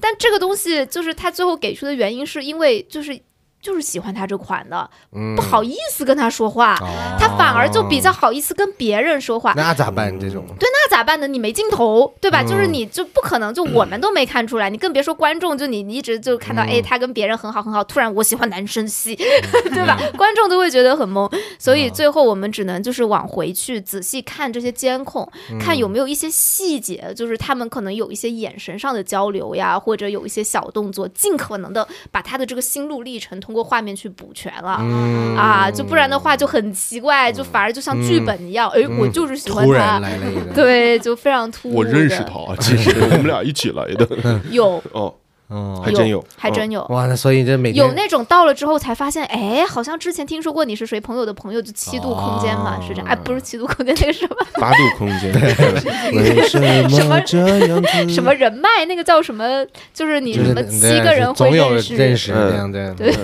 B: 但这个东西就是他最后给出的原因，是因为就是就是喜欢他这款的，不好意思跟他说话，
D: 哦
B: 他反而就比较好意思跟别人说话。
D: 那咋办？这种
B: 对，那咋办呢？你没镜头，对吧？
D: 嗯
B: 就是你就不可能，就我们都没看出来，你更别说观众，就你你一直就看到，
D: 嗯
B: 哎，他跟别人很好很好，突然我喜欢男生系， 对吧？
D: 嗯
B: 观众都会觉得很懵，所以最后我们只能就是往回去仔细看这些监控，
D: 嗯
B: 看有没有一些细节，就是他们可能有一些眼神上的交流呀，或者有一些小动作，尽可能的把他的这个心路历程通过画面去补全了。
D: 嗯
B: 啊，就不然的话就很奇怪，就反而就像剧本一样，哎，我就是喜欢
D: 嗯突
B: 他
D: 然，来了一个，
B: 对，就非常突兀。
G: 我认识，他，其实我们俩一起来的。
B: 有
C: 哦，
D: 哦，
C: 还真有，
B: 还真
C: 有。
G: 嗯
B: 有。
D: 哇，那所以这每天
B: 有那种到了之后才发现，哎，好像之前听说过你是谁朋友的朋友，就七度空间
G: 哦
B: 嘛，是这样？哎，不是七度空间，那个什 么
C: 八度空间，嗯为什
B: 什么
C: 么这样
G: 嗯
C: 子？
B: 什么人脉，那个叫什么？就是你
D: 就
B: 什
D: 是
B: 么
D: 对
B: 七个人会
D: 总有
B: 识，
D: 认识
C: 嗯
D: 这样的，
B: 对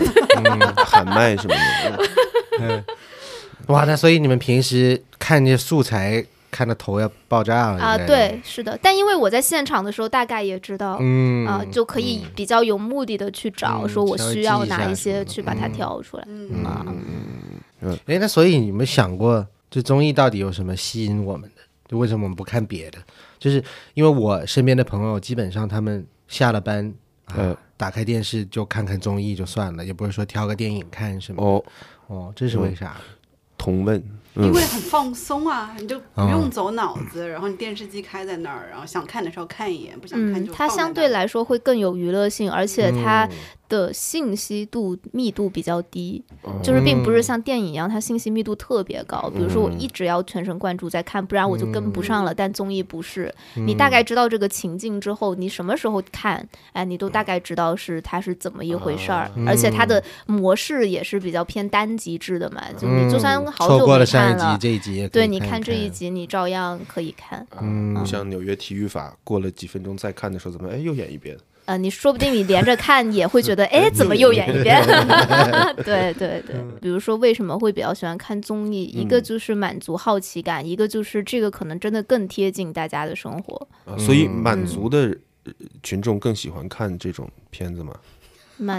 C: 喊麦什么的？
D: 哇，那所以你们平时看这素材看的头要爆炸了
B: 啊？
D: 应该，
B: 对，是的。但因为我在现场的时候，大概也知道。
D: 嗯
B: 啊、就可以比较有目的的去找，
D: 嗯
B: 说我
D: 稍微
B: 需
D: 记
B: 要
D: 一下
B: 哪一
D: 什么
B: 些
D: 的
B: 去把它挑出来。
E: 嗯，
B: 啊，
D: 哎，那所以你们想过，这综艺到底有什么吸引我们的？就为什么我们不看别的？就是因为我身边的朋友，基本上他们下了班，啊、
C: 嗯
D: 打开电视就看看综艺就算了，也不会说挑个电影看什么。
C: 哦，
D: 哦，这是为啥？
C: 同问，
E: 因
C: 嗯
E: 为很放松啊，你就不用走脑子，然后你电视机开在那儿，然后想看的时候看一眼，不想看
B: 嗯，
E: 就
B: 它
E: 放在
B: 相
E: 那
B: 对
E: 儿
B: 来说会更有娱乐性，
D: 嗯
B: 而且它的信息度密度比较低，
D: 哦
B: 就是并
D: 嗯
B: 不是像电影一样，它信息密度特别高。比如说我一直要全神贯注在看，不然我就跟不上了。
D: 嗯
B: 但综艺不是，你大概知道这个情境之后，你什么时候看，哎，你都大概知道是它是怎么一回事
D: 啊
B: 儿，而且它的
D: 嗯
B: 模式也是比较偏单集制的嘛，就你嗯就算好
D: 嗯错
B: 久
D: 过
B: 没
D: 了上
B: 看
D: 一集
B: 了，，
D: 这一集也可以
B: 对你
D: 看
B: 看这一
D: 看。
B: 集，你照样可以看。
C: 不像纽约体育法，过了几分钟再看的时候，怎么哎又演一遍？
B: 呃，你说不定你连着看也会觉得，哎，怎么又演一 遍？对对对，
C: 嗯
B: 比如说为什么会比较喜欢看综艺，一个就是满足好奇感，一个就是这个可能真的更贴近大家的生活。
C: 啊所以满族的呃群众更喜欢看这种片子嘛？
B: 满，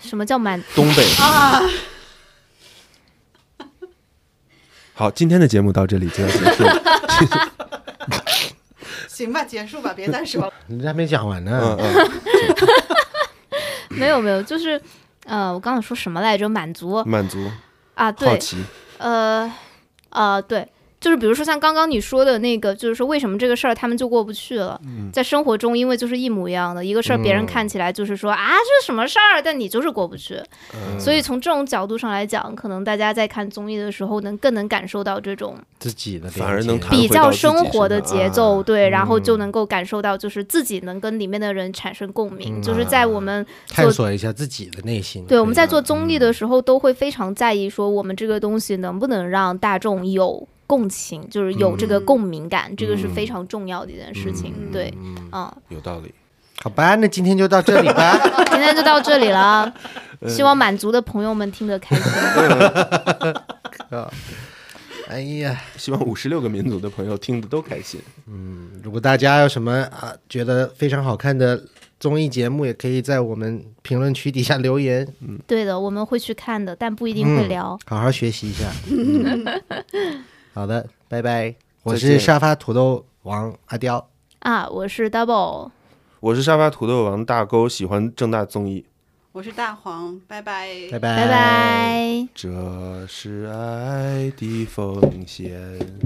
B: 什么叫满？
C: 东北好，今天的节目到这里就要结束了。
E: 行吧，结束吧，别再说了。
D: 人家还没讲完
C: 嗯
D: 呢，
C: 嗯，
B: 没有没有，就是，呃，我刚才说什么来着？满足
C: 满族
B: 啊，
C: 嗯好
B: 对，
C: 奇，
B: 呃，呃，对，就是比如说像刚刚你说的那个，就是说为什么这个事儿他们就过不去了，
C: 嗯
B: 在生活中因为就是一模一样的一个事儿，别人看起来就是说、啊这是什么事儿，但你就是过不去，
C: 嗯
B: 所以从这种角度上来讲，可能大家在看综艺的时候能更能感受到这种
D: 自己的
C: 反而
D: 连
C: 能
D: 接
C: 谈回
B: 比
C: 到
B: 较
C: 自己
B: 生活
C: 身
B: 的
C: 上
B: 节
C: 啊嗯
B: 奏，对，然后就能够感受到就是自己能跟里面的人产生共鸣，就是在我们
D: 探
B: 做
D: 索一下自己的内心。
B: 对，我们在啊做综艺的时候都会非常在意，说我们这个东西能不能让大众有共情，就是有这个共鸣感，这个是非常重要的一件事情。对，嗯，
C: 有道理。
D: 好吧，那今天就到这里吧。
B: 今天就到这里 了，啊希望满族的朋友们听得开 心。
D: 哎呀，
C: 希望五十六个民族的朋友听得都开心。
D: 如果大家有什么啊觉得非常好看的综艺节目，也可以在我们评论区底下留言，
B: 对的，我们会去看的，但不一定会聊。
D: 好 嗯好学习一下。好的，拜拜。我
C: 再
D: 是
C: 见
D: 沙发土豆王阿刁，
B: 啊，我是 Double，
C: 我是沙发土豆王大沟，喜欢正大综艺。
E: 我是大黄，拜拜。
D: 拜
B: 拜拜。
C: 这是爱的奉献。